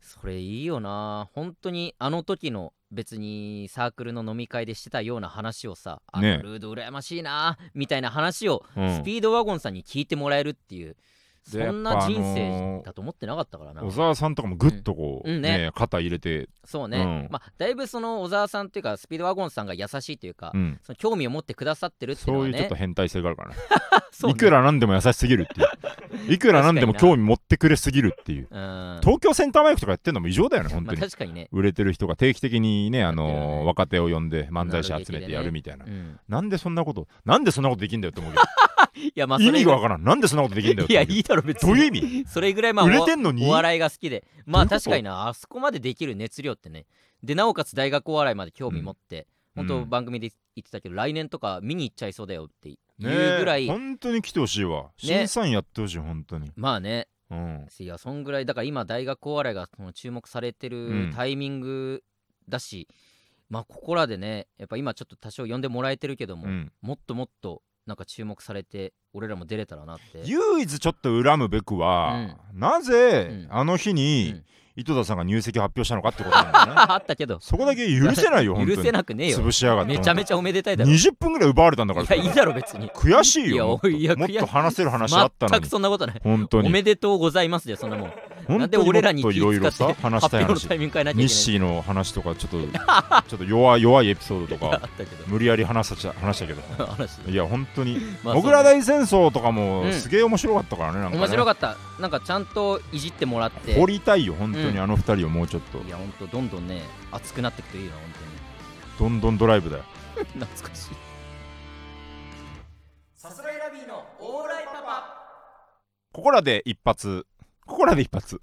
S1: それいいよな本当にあの時の別にサークルの飲み会でしてたような話をさあ
S2: ね
S1: のルード羨ましいなみたいな話を
S2: うん
S1: スピードワゴンさんに聞いてもらえるっていう、
S2: で
S1: そんな
S2: やっぱ
S1: 人
S2: あの
S1: 生
S2: ー
S1: だと思ってなかったからな、
S2: 小沢さんとかもぐっとこう、
S1: うんうんね
S2: ね肩入れて、
S1: そうね、
S2: うん
S1: まあだいぶその小沢さんっていうかスピードワゴンさんが優しいというか、
S2: うん
S1: その興味を持ってくださってるっていうの
S2: そう
S1: は
S2: いうちょっ
S1: ね
S2: と変態性があるからね
S1: そうね
S2: いくらなんでも優しすぎる っていういくらなんでも興味持ってくれすぎるっていう
S1: うん
S2: 東京センターマイクとかやってんのも異常だよね本
S1: ま
S2: 当
S1: あ
S2: に、
S1: 確かにね、
S2: 売れてる人が定期的にね、
S1: や
S2: あ
S1: ってるよ
S2: のー
S1: ね
S2: 若手を呼んで漫才師集めてやるみたいな、
S1: うん、
S2: なんでそんなことなんでそんなことできんだよって思うけど、
S1: い やまあそれ
S2: 意味がわからんなんでそんなことできんだよっ
S1: い
S2: て
S1: やいう
S2: 思けど
S1: いだろ別
S2: どういう
S1: に
S2: 意味
S1: それぐらいまあ
S2: 売れてんのに
S1: お笑いが好きでまあ
S2: どういうこ
S1: 確
S2: と
S1: かになあそこまでできる熱量ってねでなおかつ大学お笑いまで興味持って、
S2: うん
S1: 本当番組で言ってたけど、来年とか見に行っちゃいそうだよっていう
S2: ねえ
S1: ぐらい、
S2: 本当に来てほしいわ審査員やってほしい本当に、
S1: まあね
S2: うん
S1: いやそんぐらいだから今大学お笑いがその注目されて
S2: う
S1: る
S2: ん
S1: タイミングだし、まあここらでねやっぱ今ちょっと多少呼んでもらえてるけども、
S2: うん
S1: もっともっとなんか注目されて俺らも出れたらなって
S2: 唯一ちょっと恨むべくは、なぜ
S1: うん
S2: あの日
S1: う
S2: に
S1: ん
S2: 井戸田さんが入籍発表したのかってことなんだよね
S1: あったけど
S2: そこだけ許せないよ本当に
S1: 許せなくねえよ
S2: 潰しやがって
S1: めちゃめちゃおめでたいだろ
S2: 20分ぐらい奪われたんだから
S1: いや、いいだろ、別に。
S2: 悔しい
S1: いや
S2: よもっと
S1: いや
S2: もっ
S1: 悔しい
S2: と話せる話あったの
S1: 全
S2: に
S1: くそんなことない。
S2: 本当
S1: お
S2: に
S1: めでとうございますで、そんなもん。な
S2: 本
S1: んで
S2: 当に
S1: 俺ら
S2: も
S1: に
S2: っ
S1: 気
S2: といろいろ
S1: 使
S2: さ
S1: って
S2: 話し
S1: 発
S2: たい
S1: 表の
S2: 話
S1: タイミング変えなきゃ
S2: 日
S1: いけ
S2: 誌の話とかちょっと ちょっと弱い弱いエピソードと
S1: ない。 あ
S2: か
S1: ったけど。
S2: 無理やり話した話したけど
S1: 話
S2: いや本当に
S1: まあ
S2: 小倉大戦争とかも
S1: うん
S2: すげえ面白かったからねなんかね
S1: 面白かった。なんかちゃんといじってもらって。
S2: 掘りたいよ本当
S1: う
S2: に
S1: ん
S2: あの二人をもうちょっと
S1: いや、ほんと、どんどんね、熱くなってくといいな、本
S2: どんどんドライブだよ
S1: 当に。 懐かしい。さすらいラビーのオーライパパ。
S2: ここらで一発ここらで一発フ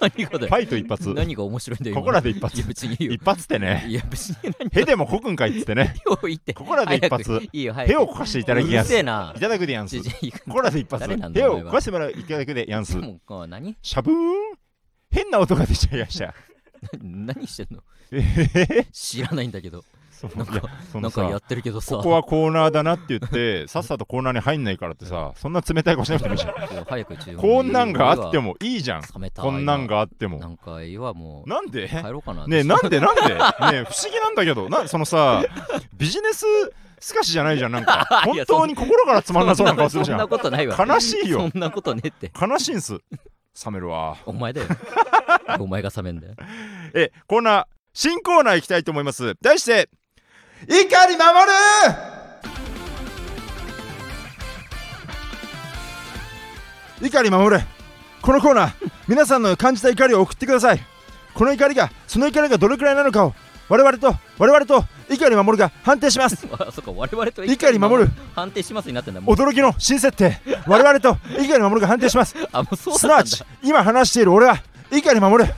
S1: 何がだよ。
S2: ァイト一発こ
S1: 何が面白いんだよ。今
S2: こらで一発
S1: いや、別にいいよ
S2: 一。発ってね
S1: いや、別に何
S2: へでもこくんかいっつってね
S1: を言って。
S2: ここらで一発
S1: 早くいいよ、早く。
S2: へをこかしていただき
S1: う
S2: や
S1: る
S2: す
S1: せえ
S2: い
S1: な。
S2: ただくでやんす
S1: ちょちょいい
S2: ここらで一発
S1: 誰なんだ
S2: 手
S1: お
S2: を
S1: 前は
S2: 壊してもらういただくでやんす
S1: もうこう何
S2: しゃぶーん変な音が出ちゃいました
S1: 何してんの
S2: えへへ
S1: 知らないんだけど
S2: そう
S1: なんか
S2: いやそ
S1: な
S2: の
S1: んかや
S2: さ
S1: ってるけどさ
S2: ここはコーナーだなって言ってさっさとコーナーに入んないからってさそんな冷たい顔しなくて もいいじゃん
S1: こう早く注文
S2: こんなんがあってもいいじゃん
S1: 冷めた
S2: こんなんがあって
S1: な
S2: も
S1: んかいはもう
S2: なんで
S1: 帰ろうかな
S2: ねえなんでなんでねえ不思議なんだけどなそのさビジネスすかしじゃないじゃんなんか
S1: い
S2: 本
S1: やそん
S2: 当に心からつまんなそうな顔するじ
S1: そん
S2: ゃ
S1: なんことないわ
S2: 悲しいよ
S1: そんなことねえって
S2: 悲しいんす冷めるわ
S1: お前だよお前が冷めんだよ
S2: えこんな新コーナー行きたいと思います題して怒り守る怒り守るこのコーナー皆さんの感じた怒りを送ってくださいこの怒りがその怒りがどれくらいなのかを我々と我々と怒り守るが判定します
S1: あそっか我々と
S2: 理解に守る
S1: 判定しますになってんだもう
S2: 驚きの新設定我々と怒り守るが判定し ます
S1: あもうそう
S2: すな
S1: だ
S2: わ
S1: ったん
S2: ち
S1: だ
S2: 今話している俺は怒り守る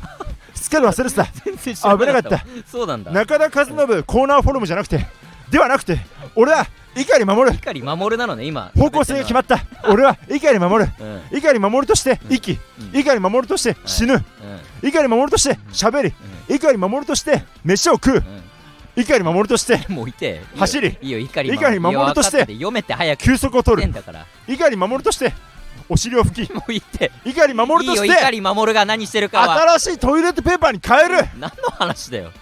S2: すっかり忘れてた
S1: 全然知 らな
S2: 危な
S1: わ
S2: か
S1: そうなんだ
S2: 中田和信コーナーフォルムじゃなくてではなくて俺は怒り守る
S1: 理解に守るなのね今
S2: 方向性が決まった俺は怒り守る
S1: うんうん
S2: 怒り守るとして生き
S1: うん
S2: 怒り守るとして死ぬ怒り守るとして喋り怒り守るとして飯を食う
S1: うん
S2: 怒り守るとして
S1: うんもういて
S2: 走り
S1: いいよ怒り
S2: 理解に守るとして
S1: いや分かったって読めって早く
S2: 休息を取
S1: 言って
S2: る
S1: んだから
S2: 怒り守るとしてお尻を拭き
S1: もういいって
S2: 怒り守
S1: い
S2: る
S1: い
S2: と
S1: よ
S2: して
S1: 怒り守るが何してるかは
S2: 新しいトイレットペーパーに変える
S1: 何の話だよ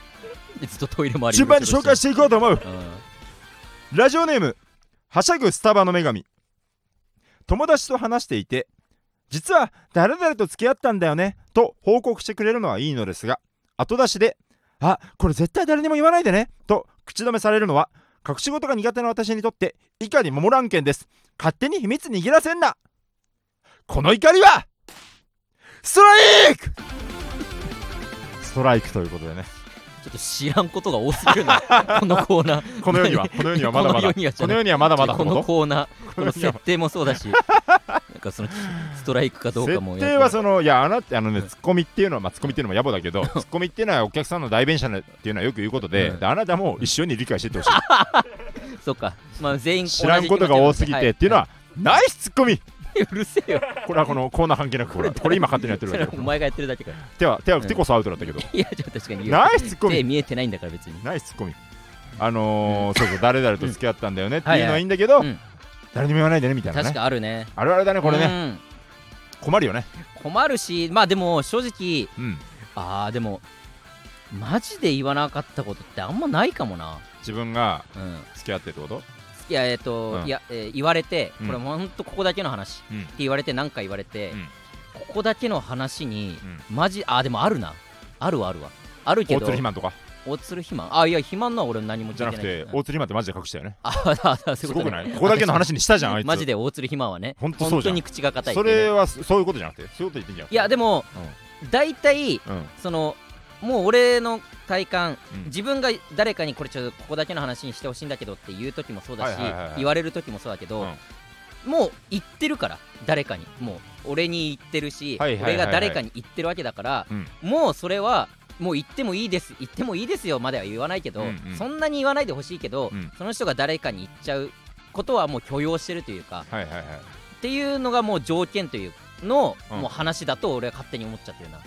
S1: ずっとトイレ回り
S2: 順番に紹介してていこうと思う
S1: うん
S2: ラジオネームはしゃぐスタバの女神友達と話していて実は誰々と付き合ったんだよねと報告してくれるのはいいのですが後出しで「あこれ絶対誰にも言わないでね」と口止めされるのは隠し事が苦手な私にとって以下に守らんけんです勝手に秘密握らせんなこの怒りはストライクストライクということでね
S1: ちょっと知らんことが多すぎる なこのコーナー
S2: この世にはこの世にはまだまだ
S1: この世にはじゃ
S2: こ
S1: な
S2: の
S1: い
S2: 世にはまだまだ
S1: このコーナーこの設定もそうだしなんかそのストライクかどうかも
S2: 設定は
S1: う
S2: そのいやあなたあのね
S1: うん
S2: ツッコミっていうのはまあツッコミっていうのも野暮だけどツッコミっていうのはお客さんの代弁者なっていうのはよく言うことで,、
S1: うん
S2: であなたも一緒に理解し てってほしい
S1: そうかまあ全員
S2: 知らんことが多すぎてっていうのは、ナイスツッコミ
S1: うるせえよ
S2: これはこのコーナー関係なくこれこれ今勝手にやってる
S1: そ
S2: わ
S1: れ
S2: け
S1: は お前がやってるだけか
S2: 手は手は
S1: うん
S2: 手こそアウトだったけど、
S1: いやじゃあ確かに
S2: ナイスツッコ
S1: 手
S2: ミ
S1: 見えてないんだから別に
S2: ナイスツッコミあのーそうそう誰々と付き合ったんだよねっていうのはいいんだけ
S1: う
S2: ど、
S1: ん
S2: 誰にも言わないでねみたいな
S1: 確
S2: ね
S1: かあるね
S2: あるあるだねこれね
S1: ね
S2: 困るよね
S1: 困るしまあでも正直
S2: うん
S1: ああでもマジで言わなかったことってあんまないかもな
S2: 自分が
S1: うん
S2: 付き合ってってこと
S1: いやえっと、
S2: うん
S1: いや、えー言われて、
S2: うん
S1: これほんとここだけの話、
S2: う
S1: っ
S2: ん
S1: て言われて何か言われて、
S2: うん
S1: ここだけの話に、マジあでもあるなあるはあるわあるけ
S2: 大
S1: ど
S2: 鶴ひまんとか
S1: 大鶴肥満あいや肥満のは俺何も聞い
S2: じ
S1: て
S2: ゃ
S1: ない
S2: なくて
S1: うん
S2: 大鶴ひまんってマジで隠したよね
S1: あああ そ
S2: す
S1: ういう
S2: ご
S1: こと
S2: く
S1: ね
S2: ないここだけの話にしたじゃんあいつ
S1: マジで大鶴肥満はね
S2: ほんとそうじゃん
S1: に口が硬いって
S2: そ
S1: いうね、
S2: れはそそういうことじゃなくてそういうこと言ってんじゃん
S1: いやでも、大体
S2: うんうん
S1: そのもう俺の体感
S2: うん
S1: 自分が誰かにこれちょっとここだけの話にしてほしいんだけどって言う時もそうだし、
S2: はいはいはいはい
S1: 言われる時もそうだけど、もう言ってるから誰かにもう俺に言ってるし、
S2: はいはいはいはい
S1: 俺が誰かに言ってるわけだから、
S2: うん
S1: もうそれはもう言ってもいいです言ってもいいですよまでは言わないけど、
S2: うんうん
S1: そんなに言わないでほしいけど、
S2: うん
S1: その人が誰かに言っちゃうことはもう許容してるというか
S2: はいはいは
S1: っ
S2: い
S1: ていうのがもう条件というの、
S2: うん
S1: もう話だと俺は勝手に思っちゃってるな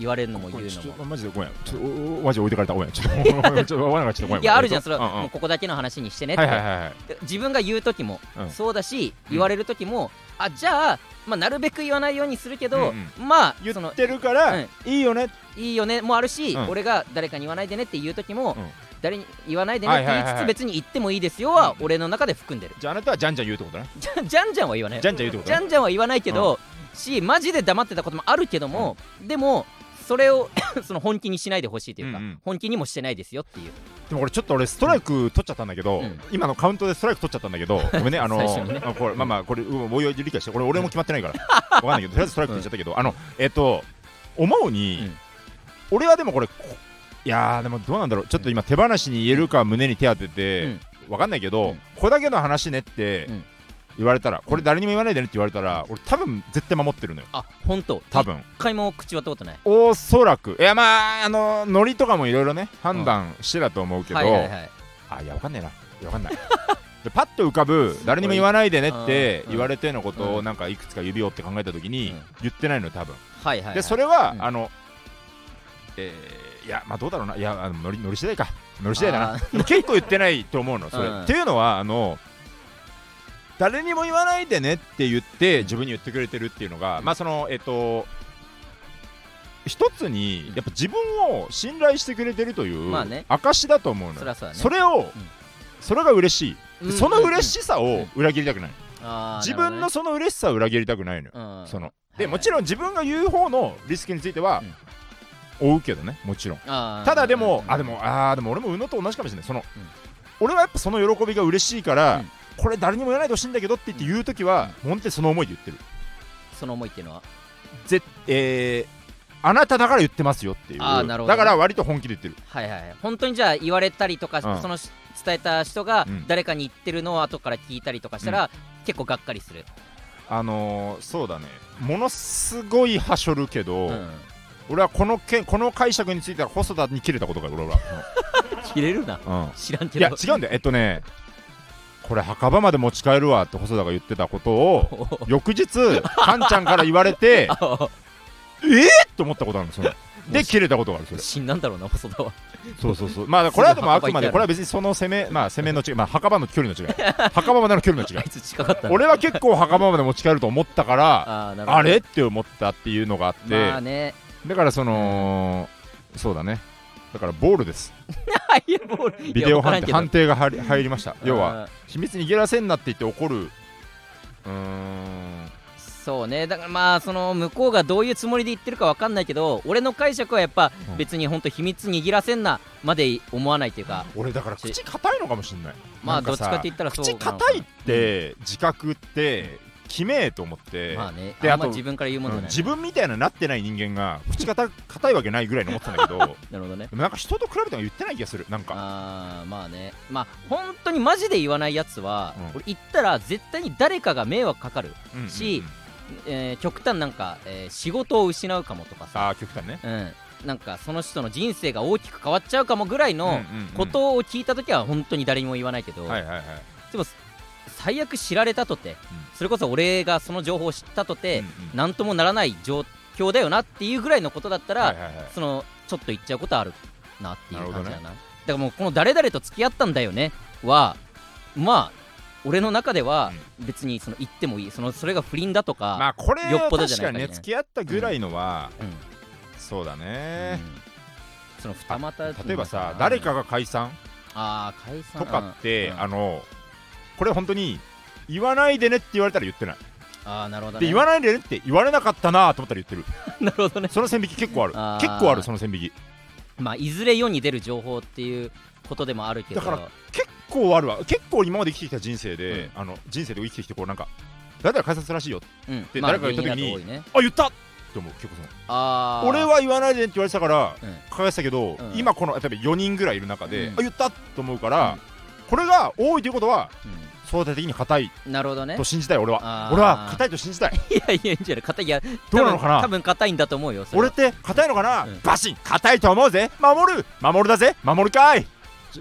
S1: 言われるのも言う
S2: ちょ
S1: の
S2: っ
S1: も
S2: とマジでごめんちょっとおおマジで置いてかれたごめんちょっと ちょっとちょっとごめんちょっとごめん
S1: いやあるじゃんそれ
S2: うんう
S1: はもうんここだけの話にしてねって、
S2: はいはいはいはい
S1: で自分が言う時も
S2: うん
S1: そうだし、
S2: ん
S1: 言われる時もあじゃあ、まあ、なるべく言わないようにするけど、
S2: うん
S1: まあ
S2: 言
S1: その
S2: ってるから、
S1: うん
S2: いいよねって
S1: いいよねもあるし、
S2: うん
S1: 俺が誰かに言わないでねって言う時も、
S2: うん
S1: 誰に言わないでねって言い
S2: はいはい
S1: つ
S2: はい
S1: つ別に言ってもいいですよは
S2: うん
S1: 俺の中で含んでる、
S2: じゃああなたはじゃんじゃん言うってことね
S1: じゃじゃんじゃんは言わない
S2: じゃんじゃん言うってこと
S1: じゃ
S2: ね
S1: んじゃんは言わないけど、しマジで黙ってたこともあるけども、でもそれを その本気にしないでほしいというか、
S2: うんうん
S1: 本気にもしてないですよっていう
S2: でもこれちょっと俺ストライク取っちゃったんだけど、
S1: うん
S2: 今のカウントでストライク取っちゃったんだけど、 ごめんねあの
S1: 最初にね
S2: あこれまあまあこれうんおいおい理解してこれ俺も決まって ないからわかんないけどとりあえずストライクって言っちゃったけど、あのえっ、と思うに、
S1: うん
S2: 俺はでもこれこいやーでもどうなんだろうちょっと今手放しに言えるか胸に手当てて、わかんないけど、
S1: うん
S2: これだけの話ねって
S1: うん
S2: 言われたらこれ誰にも言わないでねって言われたら俺多分絶対守ってるのよ
S1: あ本当
S2: 多分
S1: 一回も口割ったことない
S2: おそらくいやまああのノリとかもいろいろね判断してだと思うけど、
S1: はいはいはい
S2: あいやわかんねえないやわかんない でパッと浮かぶ誰にも言わないでねっ
S1: う
S2: て
S1: んうん
S2: 言われてのこと
S1: う
S2: を
S1: ん
S2: なんかいくつか指をって考えた時
S1: う
S2: に
S1: ん
S2: 言ってないのよ多分
S1: はいはいはい
S2: でそれは
S1: うん
S2: あのえーいやまあどうだろうないやあのノリノリ次第かノリ次第だ
S1: あ
S2: なでも結構言ってないと思うのそれ
S1: うん
S2: っていうのはあの誰にも言わないでねって言って自分に言ってくれてるっていうのが
S1: うん
S2: まあそのえっと一つにやっぱ自分を信頼してくれてるという
S1: まあね
S2: 証だと思うの
S1: そ
S2: よ
S1: りゃそうだね
S2: それをそれが嬉しい、
S1: うん
S2: その嬉
S1: い
S2: しさを裏切りたくない、自分のその嬉しさを裏切りたくないのよ、そのでもち
S1: ろん
S2: ろん自分が言う方のリスクについては、追うけどねもちろん
S1: あー
S2: ただでも、
S1: うん
S2: あでもあーでも俺も宇野と同じかもしれないその、
S1: うん
S2: 俺はやっぱその喜びが嬉しいから、
S1: うん
S2: これ誰にも言わないでほしいんだけどって言って言う時は、本当にその思いで言ってる
S1: その思いっていうのは
S2: ぜえーあなただから言ってますよっていう
S1: あーなるほど
S2: だから割と本気で言ってる
S1: はいはいはい本当にじゃあ言われたりとか、
S2: うん
S1: そのし伝えた人が
S2: うん
S1: 誰かに言ってるのを後から聞いたりとかしたら、結構がっかりする、
S2: あのーそうだねものすごいはしょるけど、
S1: うん、
S2: 俺はこのけこの解釈については細田に切れたことがある 俺は、
S1: 切れるな
S2: うんうん
S1: 知らんけ
S2: い
S1: ど
S2: や違うんだよえっとねこれ墓場まで持ち帰るわって細田が言ってたことを
S1: おお
S2: 翌日カンちゃんから言わ れて
S1: あ
S2: えっと思ったことあるの それで切れたことがあるそれ
S1: 死んだんだろうな細田は
S2: そうそうそうまあこれはでもあくまで
S1: すぐ墓場行ってある
S2: これは別にその攻めまあ攻めの違いまあ墓場の距 離の違い墓場までの距離の違
S1: あ
S2: い
S1: いつ近かったな
S2: 俺は結構墓場まで持ち帰ると思ったか ら
S1: あーなるほど
S2: あれって思ったっていうのがあって、
S1: まあね
S2: だからそのそうだねだからボールです
S1: ハイボールいや
S2: ビデオ
S1: わからん
S2: 判定
S1: けど
S2: 判定が入り入りました要は
S1: うん
S2: 秘密に逃げらせんなって言って怒るうーん
S1: そうねだからまあその向こうがどういうつもりで言ってるかわかんないけど俺の解釈はやっぱ
S2: うん
S1: 別に本当秘密握らせんなまで思わないというか、
S2: 俺だから口硬いのかもしんない
S1: ま
S2: な
S1: あ
S2: ん
S1: どっ
S2: か
S1: ち
S2: さ
S1: かって言ったらそう
S2: 口硬いって自覚って決めえと思って、
S1: まあね
S2: で
S1: あ
S2: あ
S1: ん
S2: と
S1: ま自分から言うもんじゃ
S2: うん
S1: ない、
S2: 自分みたいななってない人間が口硬硬いわけないぐらいに思ってたんだけ ど
S1: なるほどね
S2: でもなんか人と比べても言ってない気がするなんか
S1: あーまあねまあ本当にマジで言わないやつは、
S2: うん
S1: 俺言ったら絶対に誰かが迷惑かかる、
S2: うんうんうん
S1: しえー極端なんか、えー仕事を失うかもとかさ
S2: ああ極端ね
S1: うんなんかその人の人生が大きく変わっちゃうかもぐらい
S2: うんうん
S1: の
S2: うん
S1: ことを聞いた時は本当に誰にも言わないけど、
S2: はいはいはい
S1: でも最悪知られたとて、それこそ俺がその情報を知ったとて、
S2: うん
S1: なんともならない状況だよなっていうぐらいのことだったら、
S2: はいはいはい
S1: そのちょっと言っちゃうことあるなっていう感じだな
S2: なるほ
S1: だからもうこの誰々と付き合ったんだよねはまあ俺の中では別にその言ってもいいそのそれが不倫だとか、
S2: まあこれ
S1: よ
S2: は
S1: っぽどじ
S2: 確
S1: ゃない限り
S2: かにね
S1: ね
S2: 付き合ったぐらいのは、
S1: うん
S2: そうだ
S1: う
S2: ね、
S1: んその二股
S2: 例えばさ誰か
S1: が
S2: が解散
S1: あー解散
S2: とかって、
S1: うんうん
S2: あのこれ本当に言わないでねって言われたら言ってない、
S1: あーなるほど、ね、
S2: で言わないでねって言われなかったなと思ったら言ってる
S1: なるほどね
S2: その線引き結構ある
S1: あー
S2: 結構あるその線引き
S1: まあいずれ世に出る情報っていうことでもあるけど
S2: だから結構あるわ結構今まで生きてきた人生で、
S1: うん
S2: あの人生で生きてきてこうなんか誰々解散するらしいよ
S1: うん
S2: で
S1: まあ
S2: 誰かが言った時に
S1: 芸人だと多いね
S2: あ言ったって思う結構その
S1: あー
S2: 俺は言わないでねって言われてたから、
S1: うん
S2: 返したけど、
S1: うん
S2: 今この例えば4人ぐらいいる中で、
S1: うん
S2: あ言ったと思うから、これが多いということは
S1: う
S2: 相対的に硬い
S1: んなるほどね
S2: と信じたい俺
S1: あ
S2: は
S1: ー
S2: 俺は硬いと信じたい
S1: いやいやいいんじゃない硬いいや
S2: どうなのかな
S1: 多分多分硬いんだと思うよそれは
S2: 俺って硬いのかな、
S1: うん
S2: バシン硬いと思うぜ守る守るだぜ守るかい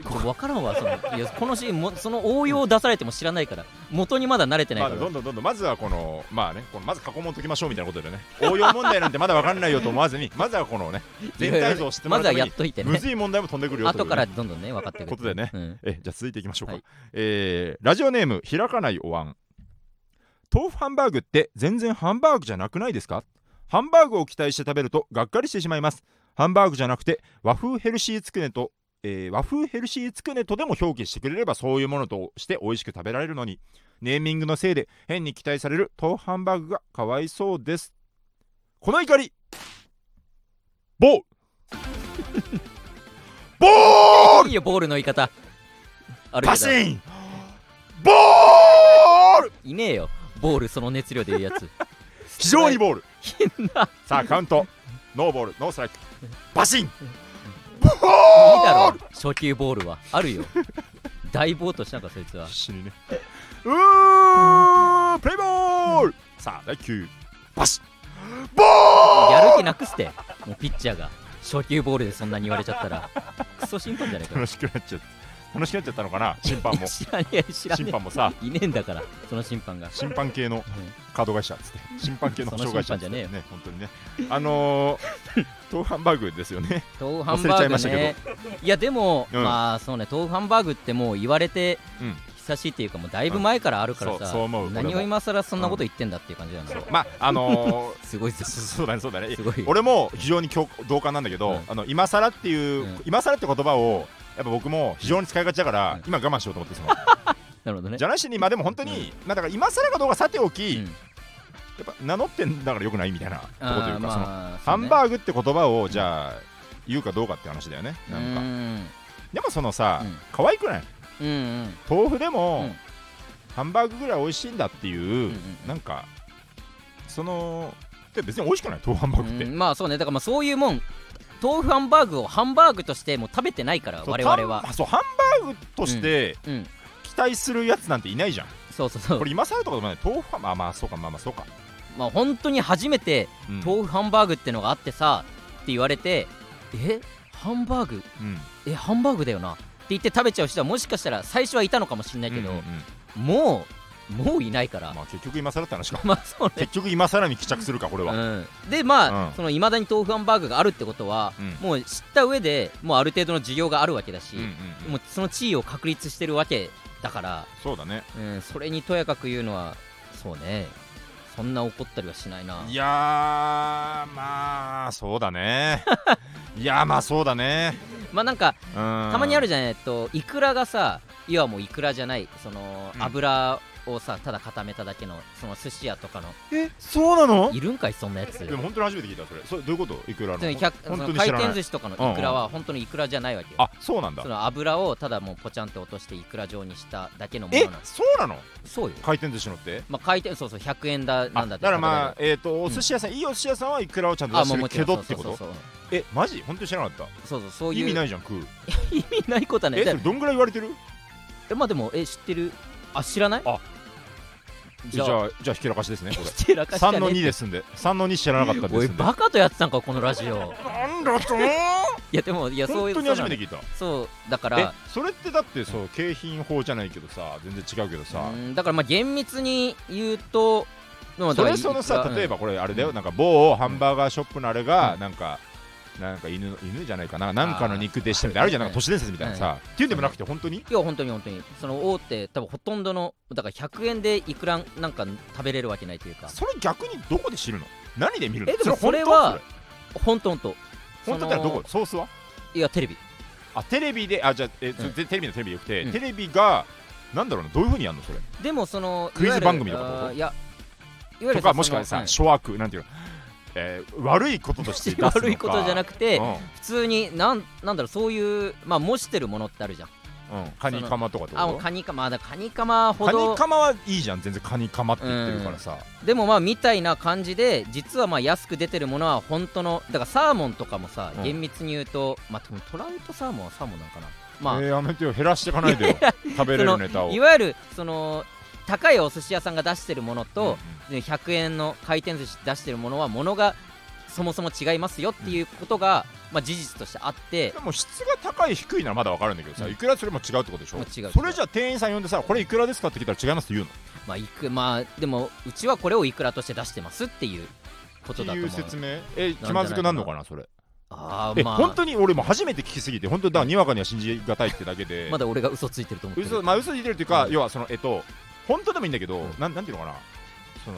S1: これ分からんわそのいやこのシーンもその応用を出されても知らないから元にまだ慣れてない
S2: まあ、
S1: から、
S2: どんどんどんどんまずはこのまあねこのまず囲もんときましょうみたいなことでね応用問題なんてまだ分かんないよと思わずにまずはこのね全体像を知って
S1: ま
S2: もらう
S1: ず
S2: た
S1: は
S2: め
S1: やっ
S2: に
S1: といて
S2: む
S1: ね
S2: ずい問題も飛んでくるよとい
S1: 後
S2: うね
S1: からどんどんね分かってくる
S2: ことでね
S1: うん
S2: えじゃあ続いていきましょうか、
S1: はい
S2: えーラジオネーム開かないお椀豆腐ハンバーグって全然ハンバーグじゃなくないですかハンバーグを期待して食べるとがっかりしてしまいますハンバーグじゃなくて和風ヘルシーつくねと、えー和風ヘルシーつくねとでも表記してくれればそういうものとして美味しく食べられるのにネーミングのせいで変に期待される豆腐ハンバーグがかわいそうですこの怒りボウ ボール
S1: いいよボールの言い方ある
S2: パ
S1: け
S2: シ
S1: ど
S2: ーンボール
S1: いねえよボールその熱量で言うやつ
S2: 非常にボール
S1: 変な
S2: さあカウントノーボールノーストライクパシーン
S1: いいだ
S2: ボ
S1: ろ
S2: ール
S1: 初級ボールはあるよ大暴としたんかそいつは
S2: 必死にねうープレイボールさあ第9パシンボ
S1: やる
S2: ー
S1: 気
S2: ル
S1: なくしてもうピッチャーが初級ボールでそんなに言われちゃったらクソ審判じゃねえか
S2: 楽しくなっちゃった楽しくなっちゃったのかな審判
S1: いや
S2: も
S1: 知らねえ知らね
S2: 審
S1: え
S2: 判もさ
S1: いねえんだからその審判が
S2: 審判系のカード会社っつって審判系の保証会社っ
S1: その審判
S2: つって
S1: じゃねえよ
S2: ね本当にねあのー 豆腐ハンバーグですよね
S1: 豆腐ハンバ
S2: 忘れちゃ
S1: ー
S2: い
S1: グ
S2: ました
S1: ね
S2: け
S1: いやでも、
S2: うん
S1: まあそうね豆腐ハンバーグってもう言われて
S2: うん
S1: 久しいっていうかもうだいぶ前からあるからさ、
S2: そうそう思う俺も
S1: 何を今更そんなこと言ってんだっていう感じだな、
S2: まああのー
S1: すごいです
S2: そそうだねそうだね
S1: すごいよ
S2: 俺も非常に共同感なんだけ
S1: う
S2: ど、
S1: ん
S2: あの今更っていう、
S1: うん
S2: 今更って言葉をやっぱ僕も非常に使いがちだから、
S1: うん
S2: 今我慢しようと思ってその
S1: なるほどね
S2: じゃないしにまあでも本当に、まあだから今更かどうかさておき、
S1: うん
S2: やっぱ名乗ってんだからよくないみたいなとこと
S1: あ
S2: い
S1: ー
S2: うか、その
S1: まあ
S2: ハンバーグって言葉をじゃあ言うかどうかって話だよね
S1: そ
S2: な
S1: うね
S2: んか
S1: うん
S2: でもそのさ、
S1: うん
S2: 可愛くない
S1: うんうん
S2: 豆腐でも、
S1: うん
S2: ハンバーグぐらい美味しいんだっていう、
S1: うんうん
S2: なんかそので別に美味しくない豆腐ハンバーグって、
S1: うんまあそうねだからまあそういうもん豆腐ハンバーグをハンバーグとしてもう食べてないから
S2: そう
S1: 我々
S2: ハン
S1: は
S2: あそうハンバーグとして
S1: うん
S2: 期待するやつなんていないじゃん、
S1: そうそうそう
S2: これ今更とかでもない豆腐ハンバーグあまあそうかまあまあそうか、
S1: まあ本当に初めて
S2: うん
S1: 豆腐ハンバーグってのがあってさって言われてえハンバーグ
S2: うん
S1: えハンバーグだよなって言って食べちゃう人はもしかしたら最初はいたのかもしれないけど、
S2: うんうんうん
S1: もうもういないから、
S2: まあ結局今更って話か
S1: まあそう ね
S2: 結局今更に帰着するかこれは、
S1: うん、でまあ、
S2: うん
S1: そのいまだに豆腐ハンバーグがあるってことは、
S2: うん
S1: もう知った上でもうある程度の需要があるわけだし、
S2: うんうんうん
S1: もうその地位を確立してるわけだから、
S2: そうだね
S1: うん、それにとやかく言うのはそうねそんな怒ったりはしないない
S2: やーまあそう だねいやまあそうだね
S1: まあなんか
S2: た
S1: たまにある
S2: じ
S1: じゃないえっとイクラがさいわもうイクラじゃないその
S2: うん
S1: 油をさただ固めただけのその寿司屋とかの
S2: ゃんえそうなの
S1: いるんかいそんなやつ
S2: でも本当に初めて聞いたそれそれどういうこといくら
S1: その
S2: の
S1: 百そ
S2: 本当
S1: の
S2: に
S1: 回
S2: 知らな
S1: 転
S2: い
S1: 寿司とかのイクラは本当にイクラじゃないわけよ、
S2: あそうなんだ
S1: その油をただもうポチャンって落としてイクラ状にしただけのもの
S2: え
S1: なの
S2: そうなの
S1: そうよ、
S2: 回転寿司のって
S1: まあ、回転そうそう100円だな
S2: あ
S1: んだ
S2: だ
S1: って
S2: からまあ
S1: 食
S2: えっと
S1: ん
S2: お寿司屋さんいいお寿司屋さんはいくらをちゃん
S1: べ
S2: と
S1: られるあ
S2: 出
S1: も
S2: し
S1: う
S2: て
S1: も
S2: る
S1: ち
S2: け
S1: ろん
S2: どってこ
S1: そう
S2: と
S1: そうそう
S2: えマジ本当に知らなかっ
S1: そうそうそうそう
S2: た
S1: いう
S2: 意味ないじゃん食う
S1: 意味ないことはない
S2: えそ
S1: だ
S2: れどんぐらい言われてる
S1: えまあでもえ知ってるあ知らない
S2: あじ
S1: じ
S2: ゃ
S1: ゃ
S2: あ
S1: あ
S2: じゃあひけらかしですねこれ
S1: ひけらかしじゃねえ
S2: 3の2ですんで3の2知らなかったで
S1: おい
S2: すんで
S1: バカとやってたんかこのラジオ
S2: なんだと
S1: いやでもいやそうい
S2: 本
S1: う
S2: 当に初
S1: そ
S2: めて
S1: う
S2: 聞いた
S1: なのそうだか
S2: え
S1: ら
S2: それってだってそう景品法じゃないけどさ全然違うけどさ
S1: うんだからまあ厳密に言うとまあだか
S2: それ
S1: ら
S2: そのさ
S1: うん
S2: 例えばこれあれだよ、
S1: うん
S2: なんか某ハンバーガーショップのあれが、
S1: うん
S2: なんかなんか犬の犬じゃないかななんかの肉でしたみたいなあるじゃんなん
S1: う
S2: か
S1: ん
S2: 都市伝説みたいなさ、っていうんでもなくて本当に
S1: いや本当に本当にその大手多分ほとんどのだから100円でいくらなんか食べれるわけないというか
S2: それ逆にどこで知るの何で見るの
S1: えでも
S2: 本当
S1: それは本当本当
S2: 本当ってのはどこソースはい
S1: やテレビ
S2: あテレビであじゃあ、え
S1: うん
S2: テテレビのテレビよくて、
S1: うん
S2: テレビがなんだろうなどういうふうにやるのそれ
S1: でもその
S2: クイズ
S1: いわゆる
S2: 番組とかってこと
S1: あーいやいわゆる
S2: とかもしくは
S1: そ
S2: さ
S1: の
S2: 諸悪なんていうの、えー悪いこととして出すのか
S1: 悪いことじゃな
S2: く
S1: くて
S2: うん
S1: 普通になんなんだろうそういうまあ模してるものってあるじゃん
S2: うん、カニカマとかってこ
S1: あも
S2: と
S1: うカニカマだカニカマほ
S2: カ
S1: ど
S2: ニカマはいいじゃん全然カニカマって言ってるからさ、
S1: でもまあみたいな感じで実はまあ安く出てるものは本当のだからサーモンとかもさ、
S2: うん
S1: 厳密に言うとまあでもトラウトサーモンはサーモンなんかなまあ、
S2: えーやめてよ減らしていかないでよ食べ
S1: そ
S2: れる
S1: の
S2: ネタを
S1: いわゆるその高いお寿司屋さんが出してるもの
S2: うんうん
S1: と、ね100円の回転寿司出してるものはものがそもそも違いますよっていうことが、まあ、事実としてあって
S2: でも質が高い低いならまだ分かるんだけどさ
S1: うん
S2: いくらそれも違うってことでしょ
S1: もう違う
S2: それじゃあ店員さん呼んでさこれいくらですかって聞いたら違いますって言うの
S1: まあいくまあでもうちはこれをいくらとして出してますっていうこ
S2: っ
S1: と
S2: て
S1: だと
S2: い
S1: 思
S2: う
S1: う
S2: 説明え気まずくなるのかなそれ
S1: ああ
S2: え
S1: まあ
S2: 本当に俺も初めて聞きすぎて本当だからにわかには信じがたいってだけで
S1: まだ俺が嘘ついてると思ってる
S2: 嘘まあ嘘ついてるっていうか
S1: うん
S2: 要はそのえっと本当でもいいんだけど
S1: うん
S2: なんなんていうのかなその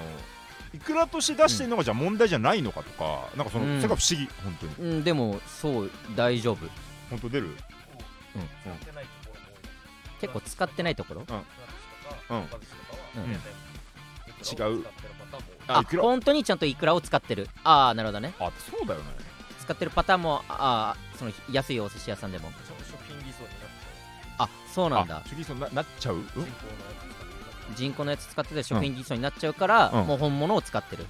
S2: いくらとして出してるのがじゃあ問題じゃないのかとかなんかその
S1: うん
S2: それが不思議本当に
S1: うんでもそう大丈夫
S2: 本当出るうん
S1: 結構使ってないところ
S2: うん
S1: うん
S2: 違うあ
S1: あ
S2: いくら
S1: 本当にちゃんとイクラを使ってるああなるほどね
S2: あそうだよね
S1: 使ってるパターンもああその安いお寿司屋さんでも
S3: 食品偽装になっちゃ
S1: あそうなんだ
S2: あ次そんななっちゃううん
S3: う人工のやつ使
S1: 人工のやつ
S3: って
S1: 使ってて食品偽装になっちゃうから、
S2: うん
S1: もう本物を使ってる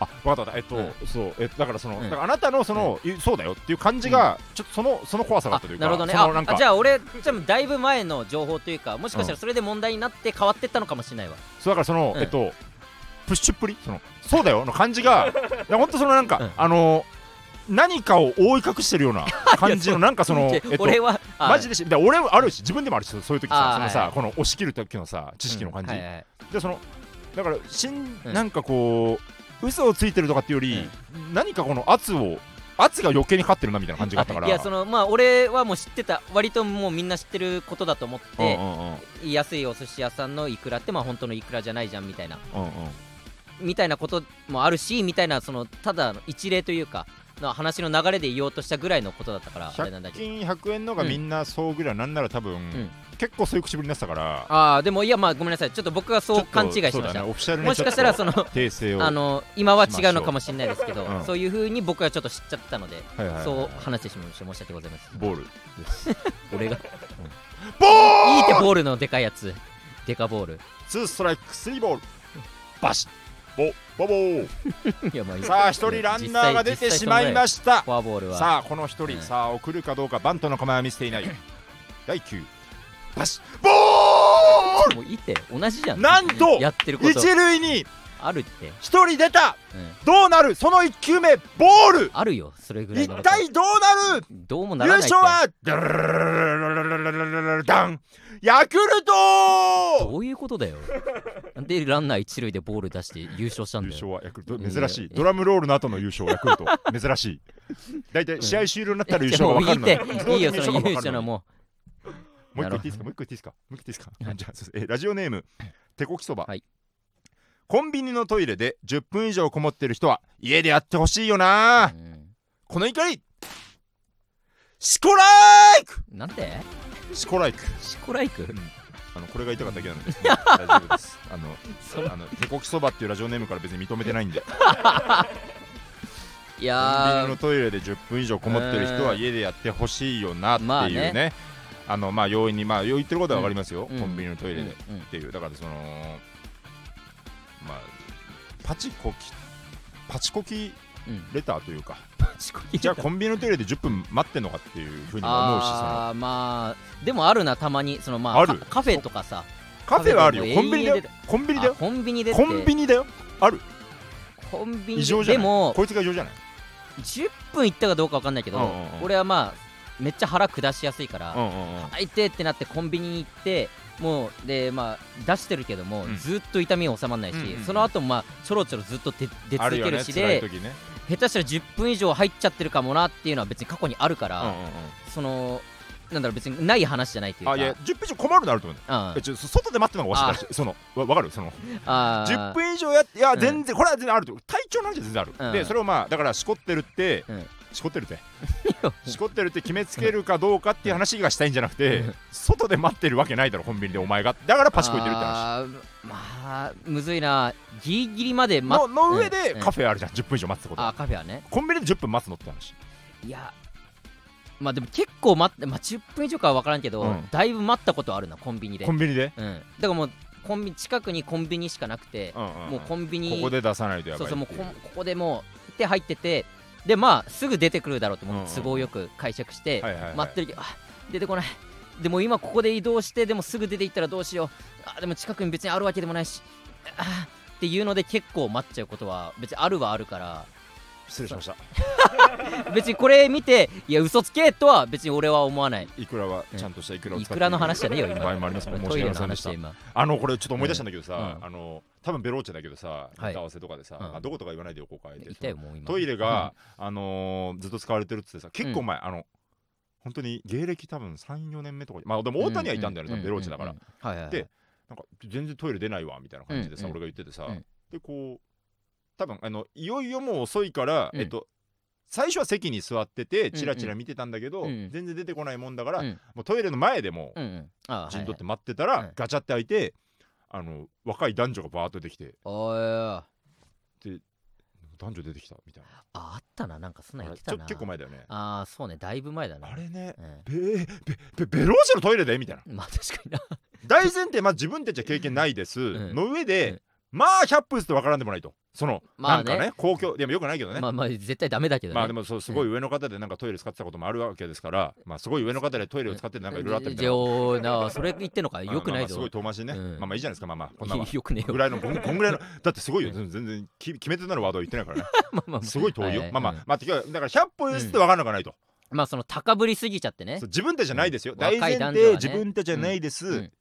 S2: あ分かった分かったえっと、
S1: う
S2: そうえだからその、
S1: うん
S2: だからあなたのその、いそうだよっていう感じが、ちょっとそのその怖さだ
S1: あ
S2: ったというか
S1: なるほどね
S2: そ
S1: あ
S2: のなんか
S1: あじゃあ俺じゃあだいぶ前の情報というかもしかしたらそれで問題になって変わってったのかもしれないわ、
S2: そうだからその、
S1: うん
S2: えっとプッシュっぷりそのそうだよの感 じがいや本当そのなんか、
S1: うん
S2: あの何かを覆い隠してるよう な感じのなんかその、え
S1: で
S2: っと、
S1: 俺はあ
S2: マジでしで俺あるし自分でもあるしそういう時さ
S1: あー
S2: そのさ、
S1: はいはい
S2: この押し切る時のさ知識の感じ、
S1: うんはいはい
S2: でそのだからしん、
S1: うん
S2: なんかこう嘘をついてるとかっていうより、何かこの圧を圧が余計に勝ってるなみたいな感じがあったから
S1: いやそのまあ俺はもう知ってた割ともうみんな知ってることだと思って
S2: う、んうんうん
S1: 安いお寿司屋さんのイクラってまあ本当のイクラじゃないじゃんみたいな
S2: うんうん
S1: みたいなこともあるしみたいなそのただの一例というかの話の流れで言おうとしたぐらいのことだったからあれなんだ
S2: 100
S1: けど
S2: 均100円のがみんなそうぐらいなんなら多分、
S1: ん
S2: 結構そういう口ぶりになってたから
S1: ああでもいやまあごめんなさいちょっと僕が
S2: ち
S1: そ
S2: ょ
S1: う
S2: っと
S1: 勘違いしまし
S2: そうだ
S1: た、
S2: ねオフィシャルに
S1: もしかしたら
S2: ちょ
S1: その
S2: っと訂正を
S1: あの今は違うのかもしれないですけど、
S2: しましょううん
S1: そういうふうに僕はちょっと知っちゃったので、
S2: はいはいはい
S1: そう話してしまいました申し訳ございません
S2: ボールです
S1: 俺が
S2: ボ
S1: いいって
S2: ール
S1: ボールのでかいやつでかボール
S2: ツーストライクスリーボールバシッボボボー
S1: いやまあいい
S2: さあ一人ランナーが出てしまいま
S1: し
S2: した
S1: フォアボールは
S2: さあこの一人、
S1: うん
S2: さあ送るかどうかバントの構えは見せていない第9パスボー
S1: もういいって同じじゃん
S2: なんと
S1: やってるこ
S2: ル
S1: と
S2: 一塁に
S1: あるって、
S2: 一人出た
S1: うん、
S2: どうなるその1球目ボール
S1: あるよそれぐらい
S2: 一
S1: の
S2: 体どうなる
S1: どうもな
S2: 優
S1: らないって
S2: 勝はダルルルルルルルルルダンヤクルト
S1: どういうことだよなんでランナー一塁でボール出して優勝したん
S2: 優
S1: だよ
S2: 勝はヤクル
S1: う
S2: ト
S1: ん
S2: 珍しいドラムロールの後の優勝はヤ クルト珍しい大体試合終了になったら優勝が
S1: もう
S2: 分
S1: い
S2: か
S1: い
S2: る
S1: っ
S2: のに
S1: て
S2: 自
S1: い
S2: 動
S1: い
S2: 的
S1: よ
S2: に
S1: その優勝の
S2: も
S1: も
S2: う一個言っていいですかもう一個言っていいですかもう一個言っていいですか
S1: はい
S2: じゃあそうですえーラジオネーム手こきそば
S1: はい
S2: コンビニのトイレで10分以上こもってる人は家でやってほしいよ
S1: う、
S2: な
S1: うん
S2: この怒りシコライク
S1: なんて
S2: シコライク
S1: シコライク
S2: あのこれが言いたかっただけなんです、ね、大丈 夫ですあの
S1: そう
S2: あの手こきそばっていうラジオネームから別に認めてないんでコンビ
S1: い
S2: ニ
S1: や
S2: の
S1: ー
S2: トイレで10分以上こもってる人は家でやってほしいよなっていうね,、
S1: まあ
S2: あ
S1: ね
S2: のまあ容易にまあ言ってることは分かりますよ、
S1: うん
S2: コンビニのトイレで、っ
S1: うんうん
S2: ていうだからそのまあパチコキパチコキ
S1: うん
S2: レターというか
S1: シコライク
S2: じゃあコンビニのトイレで10分待ってんのかっていうふうにも思うしその
S1: あーまあでもあるなたまにそのまあ
S2: ある
S1: カカフェとかさ
S2: カフェはあるよ
S1: カ
S2: コン
S1: フ
S2: ビ
S1: ェ
S2: ニ
S1: で
S2: だ
S1: も
S2: よコンビニだ
S1: あ
S2: よ
S1: コンビニでって
S2: コンビニだよ
S1: コンビニ
S2: 異
S1: で
S2: 常じゃ
S1: で
S2: ない
S1: も
S2: こいつが異常じゃない
S1: 10分行ったかどうかわかんないけど、
S2: うんうんうん
S1: 俺はまあめっちゃ腹下しやすいから、
S2: うんうんうん
S1: あ痛いってってなってコンビニに行ってもうでまあ出してるけども、
S2: うん
S1: ずっと痛みは収まらないし、
S2: うんうんうん
S1: その後もまあちょろちょろずっと出出
S2: あ
S1: 続け
S2: るよね
S1: るし
S2: 辛い
S1: で
S2: 時ね
S1: 下手したら10分以上入っちゃってるかもなっていうのは別に過去にあるから、
S2: うんうん
S1: そのなんだろう別にない話じゃないというか
S2: あいや10分以上困るのあると思う
S1: うん
S2: えちょそ外で待ってるのがわしだしそのわわかるその
S1: あー
S2: 10分以上やっていや
S1: ん
S2: 全然、これは全然あると思う体調の話は全然ある、
S1: うん
S2: でそれをまあだからしこってるって、
S1: うん
S2: しこってるってしこってるって決めつけるかどうかっていう話がしたいんじゃなくて、
S1: うん
S2: 外で待ってるわけないだろコンビニでお前がだからパチコ行ってるって話
S1: あーまあむずいなギリギリまで待っ
S2: のの上で
S1: うん
S2: カフェあるじゃん10分以上待つってこと
S1: あーカフェはね
S2: コンビニで10分待つのって話
S1: いやまあでも結構待って、まあ、10分以上かは分からんけど、
S2: うん
S1: だいぶ待ったことあるなコンビニで
S2: コンビニで、
S1: うん、だからもうコンビ近くにコンビニしかなくて、
S2: んんん
S1: もうコンビニ
S2: ここで出さないとやば
S1: そ
S2: いう
S1: そ
S2: っ
S1: う
S2: てい
S1: もうこんここでもう手入っててでまあすぐ出てくるだろうと思
S2: う
S1: っ
S2: んう
S1: て
S2: ん
S1: 都合よく解釈して
S2: はいはいはい
S1: 待ってるけどあ出てこないでも今ここで移動してでもすぐ出て行ったらどうしようあでも近くに別にあるわけでもないしあっていうので結構待っちゃうことは別にあるはあるから
S2: 失礼しました
S1: 別にこれ見ていや嘘つけとは別に俺は思わない
S2: いくらはちゃんとしたいくらを
S1: い
S2: 使って
S1: くらの話じゃねえよ
S2: 場合
S1: 今
S2: もありますもん申し
S1: トイ
S2: 訳
S1: レの
S2: ありませんで
S1: 話
S2: した
S1: で今
S2: あのこれちょっと思い出したんだけどさ、
S1: うん
S2: あの多分ベローチェだけどさ、
S1: はい
S2: ネタ合わせとかでさ、
S1: うん
S2: あどことか言わないでおこうか言って
S1: いたよもう今
S2: トイレが、あのーずっと使われてるっつってさ結構前、あの本当に芸歴多分34年目とかまあでも大谷はいたんだよね、多分ベローチェだから、
S1: うんうんうんはいはいはい
S2: でなんか全然トイレ出ないわみたいな感じでさ、
S1: うんうん
S2: 俺が言っててさ、
S1: うん
S2: でこう多分あのいよいよもう遅いから、
S1: うん
S2: えっと最初は席に座っててチラチラ見てたんだけ
S1: う
S2: ど、
S1: んうん
S2: 全然出てこないもんだから、
S1: うん
S2: もうトイレの前でもう
S1: うんうんあ
S2: 陣取って
S1: も
S2: 待ってたら、
S1: はいはい
S2: ガチャって開いてあの若い男女がバーッと出てきて
S1: おいおい
S2: 男女出てきたみたいな
S1: ああったな、なんかそんなん
S2: あ
S1: 言っ
S2: れ
S1: て
S2: ち
S1: た
S2: ょ
S1: な。
S2: 結構前だよねあ
S1: ああ、そうね、だいぶ前だな。
S2: れね
S1: う、
S2: べべべベローチェのトイレでみたいなん
S1: まあ確かにな。
S2: 大前提まあ自分たちは経験ないです、
S1: ん
S2: の上で、
S1: うん
S2: まあ100分ずつと分からんでもないとその、
S1: まあね
S2: なんかね公共でもよくないけどね、
S1: まあまあ絶対ダメだけどね。
S2: まあでもそうすごい上の方でなんかトイレ使ってたこともあるわけですから、まあすごい上の方でトイレを使ってなんかいろいろあったみたい
S1: じゃ
S2: な。
S1: おーなあそれ言ってんのか、よくないぞ。
S2: まあまあすごい遠回しにね、
S1: うん
S2: まあまあいいじゃないですか、まあまあ、こんなの
S1: よくねえ
S2: ぐ
S1: よ。
S2: らいのこんこんぐらいのだってすごいよ全然き決め手となるワードは言ってないからね
S1: まあまあ
S2: すごい遠いよ、
S1: はい
S2: まあまあ、
S1: うん
S2: まあてかだから100歩譲って分からなくはないと、
S1: まあその高ぶりすぎちゃってね
S2: そう。自分たちじゃないですよ、
S1: うん
S2: 大前
S1: 若い男
S2: 提、
S1: 女はね
S2: 自分たちじゃないです、
S1: うん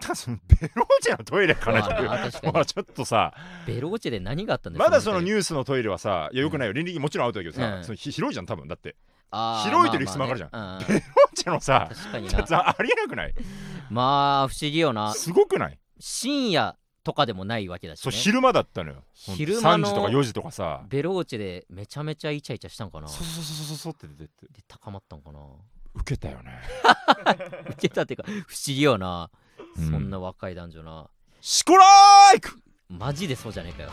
S2: ただそのベローチェのトイレかな
S1: まあ
S2: という
S1: まあ確かに
S2: まあちょっとさ
S1: ベローチェで何があったんだよ。
S2: まだそのニ
S1: ュー
S2: ュースのトイレはさいやよくないよ倫理的にもちろんアウトだけどさ、
S1: うん
S2: そのひ広いじゃん多分だって
S1: ス
S2: 広いとリスマがあるじゃん
S1: ん。
S2: ベローチェのさ
S1: 確かに
S2: ちょっ
S1: な。
S2: とありえなくない
S1: まあ不思議よな。
S2: すごくない
S1: 深夜とかでもないわけだし、
S2: そう
S1: ね、
S2: 昼間だったのよほんと
S1: 昼間の
S2: 3時とか4時とかさ
S1: ベローチェでめちゃめちゃイチャイチャしたんかな
S2: そうそうそうそうそうって出てって
S1: で高まったんかな
S2: 受けたよ ね
S1: 受けたっていうか不思議よな、
S2: うん
S1: そんな若い男女な
S2: シコライク
S1: マジでそうじゃねえかよ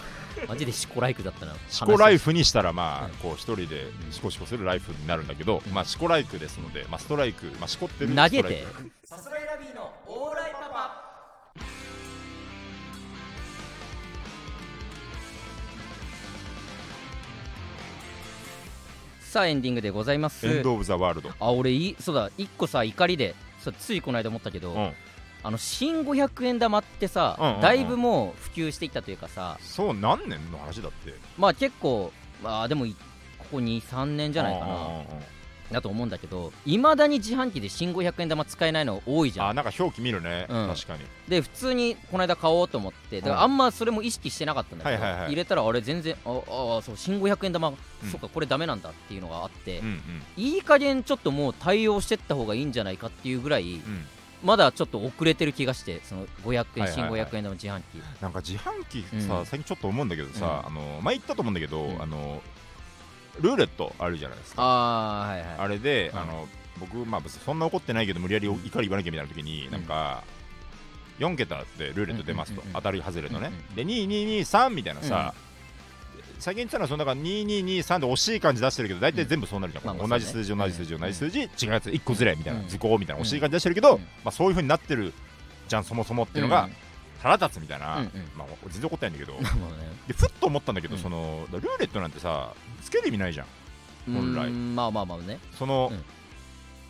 S1: マジでシコライクだったな
S2: シコライフ
S1: に
S2: にしたらま
S1: う
S2: あ
S1: ん
S2: こう一人でシコシコするライフになるんだけどまあシコライクですのでまあストライクまあシコってる
S1: 投げて
S2: ストライク
S3: さすがいラビーのオーライパパ
S1: さあエンディングでございます
S2: エンド・オブ・ザ・ワールド
S1: あ俺いそうだ一個さ怒りでそうついこの間思ったけど、
S2: うん
S1: あの新500円玉ってさ、
S2: うんうんうん
S1: だいぶもう普及してきたというかさ
S2: そう何年の話だって
S1: まあ結構まあでもいここ23年じゃないか
S2: うんうん
S1: な
S2: うんうん
S1: だと思うんだけどいまだに自販機で新500円玉使えないの多いじゃ
S2: あ
S1: ん
S2: なんか表記見るね
S1: うん
S2: 確かに
S1: で普通にこの間買おうと思ってだからあんまそれも意識してなかったんだけど、
S2: はいはいはい
S1: 入れたらあれ全然ああそう新500円玉、
S2: うん
S1: そっかこれダメなんだっていうのがあって、
S2: うん
S1: いい加減ちょっともう対応してった方がいいんじゃないかっていうぐらい
S2: うんうん
S1: まだちょっと遅れてる気がしてその500円、
S2: はいはいはい
S1: 新500円玉自販機
S2: なんか自販機
S1: う
S2: さ
S1: ん
S2: 最近ちょっと思うんだけどさ
S1: う
S2: あの前言ったと思うんだけ
S1: う
S2: ど
S1: ん
S2: あのルーレットあるじゃないですか
S1: ああはいはい
S2: あれで、
S1: うん
S2: あの僕、まあ、別にそんな怒ってないけど無理やり怒り言わなきゃみたいな時に、
S1: ん
S2: なんか4桁でルーレット出ますと、
S1: うんうんうんうん
S2: 当たり外れのね、
S1: うんうんうん
S2: で2223みたいなさ、最近言ってたのはその中2223で惜しい感じ出してるけど大体全部そうなるじゃん、
S1: うんまあまあ
S2: 同じ
S1: そうね
S2: 数字同じ数字
S1: うん
S2: 同じ数字、違うやつ1個ずれみたいな、
S1: うん
S2: 図工みたいな惜しい感じ出してるけど、
S1: うん
S2: まあ、そういうふうになってるじゃんそもそもっていうの
S1: う
S2: が
S1: ん
S2: 腹立つみたいな、
S1: うんうん
S2: まあ、全然怒ってないんだけど
S1: まあね
S2: でふっと思ったんだけど、
S1: うん
S2: そのルーレットなんてさつける意味ないじゃん本来
S1: うーんまあまあまあね
S2: その、
S1: うん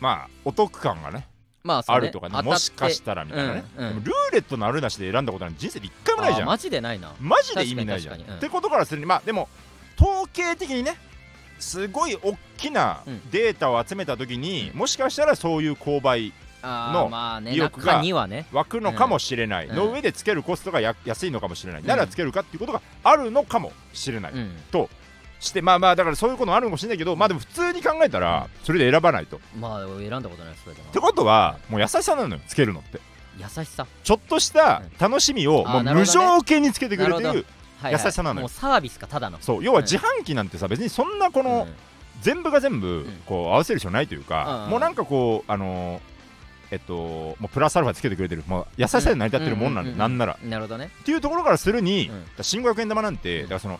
S2: まあお得感がね
S1: まあそう
S2: あ
S1: ね
S2: るとか
S1: 当た
S2: ね
S1: って
S2: もしかしたらみたいなね、
S1: うんうん
S2: でもルーレットのあるなしで選んだことなんて人生で一回もないじゃん
S1: あーマ
S2: マ
S1: ジでないな
S2: ジで意味ないじゃん、
S1: 確かに確かにうん
S2: ってことからするにまあでも統計的にねすごい大きな
S1: うん
S2: データを集めた時に、もしかしたらそういう購買
S1: あー
S2: の
S1: まあね
S2: 意欲が
S1: 中にはね
S2: 湧くのかもしれない、
S1: うん
S2: の上でつけるコストがや安いのかもしれない、
S1: うん
S2: ならつけるかっていうことがあるのかもしれない、
S1: うん
S2: してまあまあだからそういうこともあるのかもしれないけどまあでも普通に考えたらそれで選ばないと、っ
S1: まあ選んだことないそれだな
S2: てことはもう優しさなのよつけるのって
S1: 優しさ
S2: ちょっとした楽しみを
S1: うんあ
S2: も
S1: ー
S2: う
S1: なるほ
S2: 無
S1: どね
S2: 条件につけてくれて
S1: なるほ
S2: る
S1: はいはい
S2: 優しさなのよ
S1: もうサービスかただの
S2: そう要は
S1: うん
S2: 自販機なんてさ別にそんなこの
S1: うん
S2: 全部が全部
S1: ん
S2: こう合わせる必要ないとい
S1: う
S2: う
S1: んうん
S2: か
S1: うん
S2: もうなんかこうあのーえっともうプラスアルファつけてくれてるもう優しさで成り立ってるもんなん
S1: う
S2: で
S1: う
S2: なんなら
S1: なるほどね
S2: っていうところからする
S1: う
S2: にだ
S1: ん
S2: から新500円玉なん
S1: うん
S2: てだからその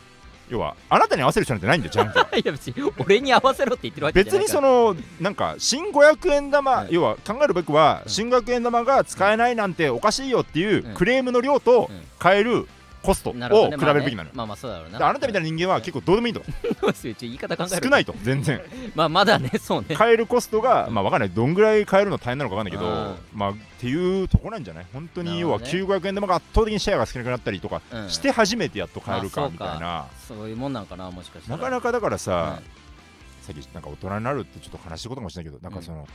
S2: 要はあなたに合わせる必要なんてないんだよ自 販機はい
S1: や別に俺に合わせろって言ってるわけじ
S2: 別
S1: ゃない
S2: にそ
S1: の
S2: のなんか新500円
S1: う
S2: 玉
S1: ん
S2: 要は考えるべくは
S1: うん
S2: 新500円玉が使えないなんておかしいよっていう
S1: うん
S2: クレームの量と
S1: うん
S2: 変えるコストを比べるべきなのよ
S1: まあまあそうだろう
S2: だ
S1: な
S2: からあなたみたい
S1: い
S2: な人間は結構どうでもいいと
S1: な言い方考える
S2: 少ないと全然
S1: まあまだねそうね
S2: 変えるコストがまあわかんないどんぐらい変えるの大変なのかわかんないけど
S1: うん
S2: まあっていうとこなんじゃない本当に要は
S1: なる
S2: 900円玉が圧倒的にシェアが少なくなったりとか
S1: うん
S2: して初めてやっと変える
S1: ま
S2: か
S1: あそう
S2: み
S1: か
S2: たいな
S1: そういうもんなんかなもしかした
S2: な
S1: ら
S2: かな
S1: か
S2: かだからささっきなんか大人になるってちょっと悲しいことかもしれないけどなんかその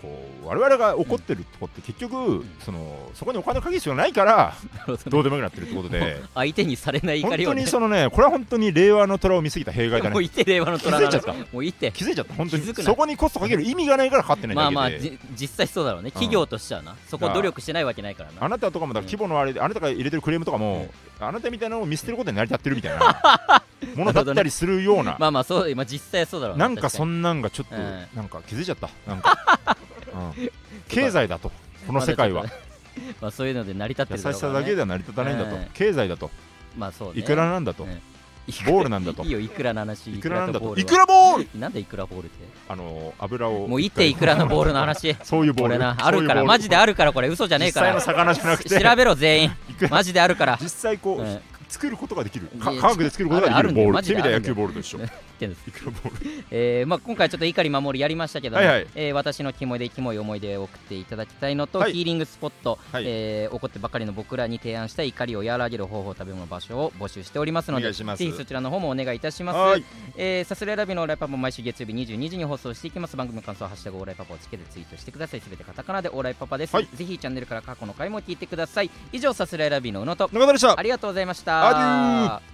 S2: こう我々が怒ってるとこって結局
S1: ん
S2: そのそこにお金をかける必要がない から
S1: なるほどね
S2: どうでもよくなってるってことで
S1: 相手にされ ない怒
S2: 本
S1: り
S2: 当
S1: をね
S2: にそのねこれは本当に令和の虎を見すぎた弊害だね
S1: もういて令和の虎なの
S2: 気 づいちゃっ
S1: もういて
S2: 気づいちゃった本当
S1: 気づ
S2: に
S1: くな
S2: そこにコストかける意味がないから買ってないだ
S1: ま
S2: け
S1: あ
S2: で、
S1: まあじ実際そうだろうね企業としてはなそこ努力してないわけないからな
S2: あなたとかもだから
S1: うん
S2: 規模のあれで、あなたが入れてるクレームとかも、あなたみたいなのを見捨てることになり立ってるみたいな ものだったりするような、
S1: まあまあそうまあ実際そうだろう
S2: なんかそ
S1: ん
S2: んなんがちょっと、
S1: うん
S2: なんか気づいちゃったなんか、 うん経済だとこの世界は、
S1: まあそういうので成り立って
S2: 優
S1: る
S2: し
S1: ろうか
S2: さ
S1: ら
S2: だけ
S1: ね
S2: では成り立たないんだと、
S1: うん
S2: 経済だと
S1: まあそうね
S2: いくらなんだと、
S1: うん
S2: ボールなんだと
S1: いいよいくらの話
S2: いくらなんだ
S1: ボー
S2: と
S1: ル
S2: い
S1: は
S2: くらボール
S1: なんでいくらボールって
S2: あの油を
S1: もういていくらのボールの話
S2: そういうボー
S1: こ
S2: ル
S1: れなあるか
S2: そういうボー
S1: ら
S2: ル
S1: マジであるからこれ嘘じゃねえ
S2: 実
S1: か
S2: 際の
S1: ら
S2: 魚じゃなくて
S1: 調べろ全員
S2: いくら
S1: マジであるから
S2: 実際こう、
S1: うん
S2: 作ることができる
S1: いや
S2: か科学で作ることが
S1: あ
S2: で
S1: るあるんだ
S2: きるボ
S1: よ
S2: ール
S1: マジ
S2: って
S1: で
S2: 意味で
S1: あ
S2: は
S1: るんだよ
S2: 野球ボールと一緒
S1: ってんです
S2: いくらボール
S1: えーまあ、今回ちょっと怒り守りやりましたけども、
S2: はいはい
S1: えー私のキモいでキモい思い出を送っていただきたいのと、
S2: はい
S1: ヒーリングスポット、
S2: はい
S1: えー怒ってばかりの僕らに提案した怒りを和らげる方法食べ物場所を募集しておりますの
S2: お
S1: で
S2: 願いします
S1: ぜひそちらの方もお願いいたし ま
S2: は
S1: す
S2: い、
S1: えー、サスレラビのオーライパパも毎週月曜日22時に放送していきます番組の感想は「ハッシュタグオーライパパ」をつけてツイートしてくださいすべてカタカナでオーライパパです、
S2: はい
S1: ぜひチャンネルから過去の回も聞いてください以上サスレラビの宇野と
S2: 中田でした
S1: ありがとうございました
S2: アデュー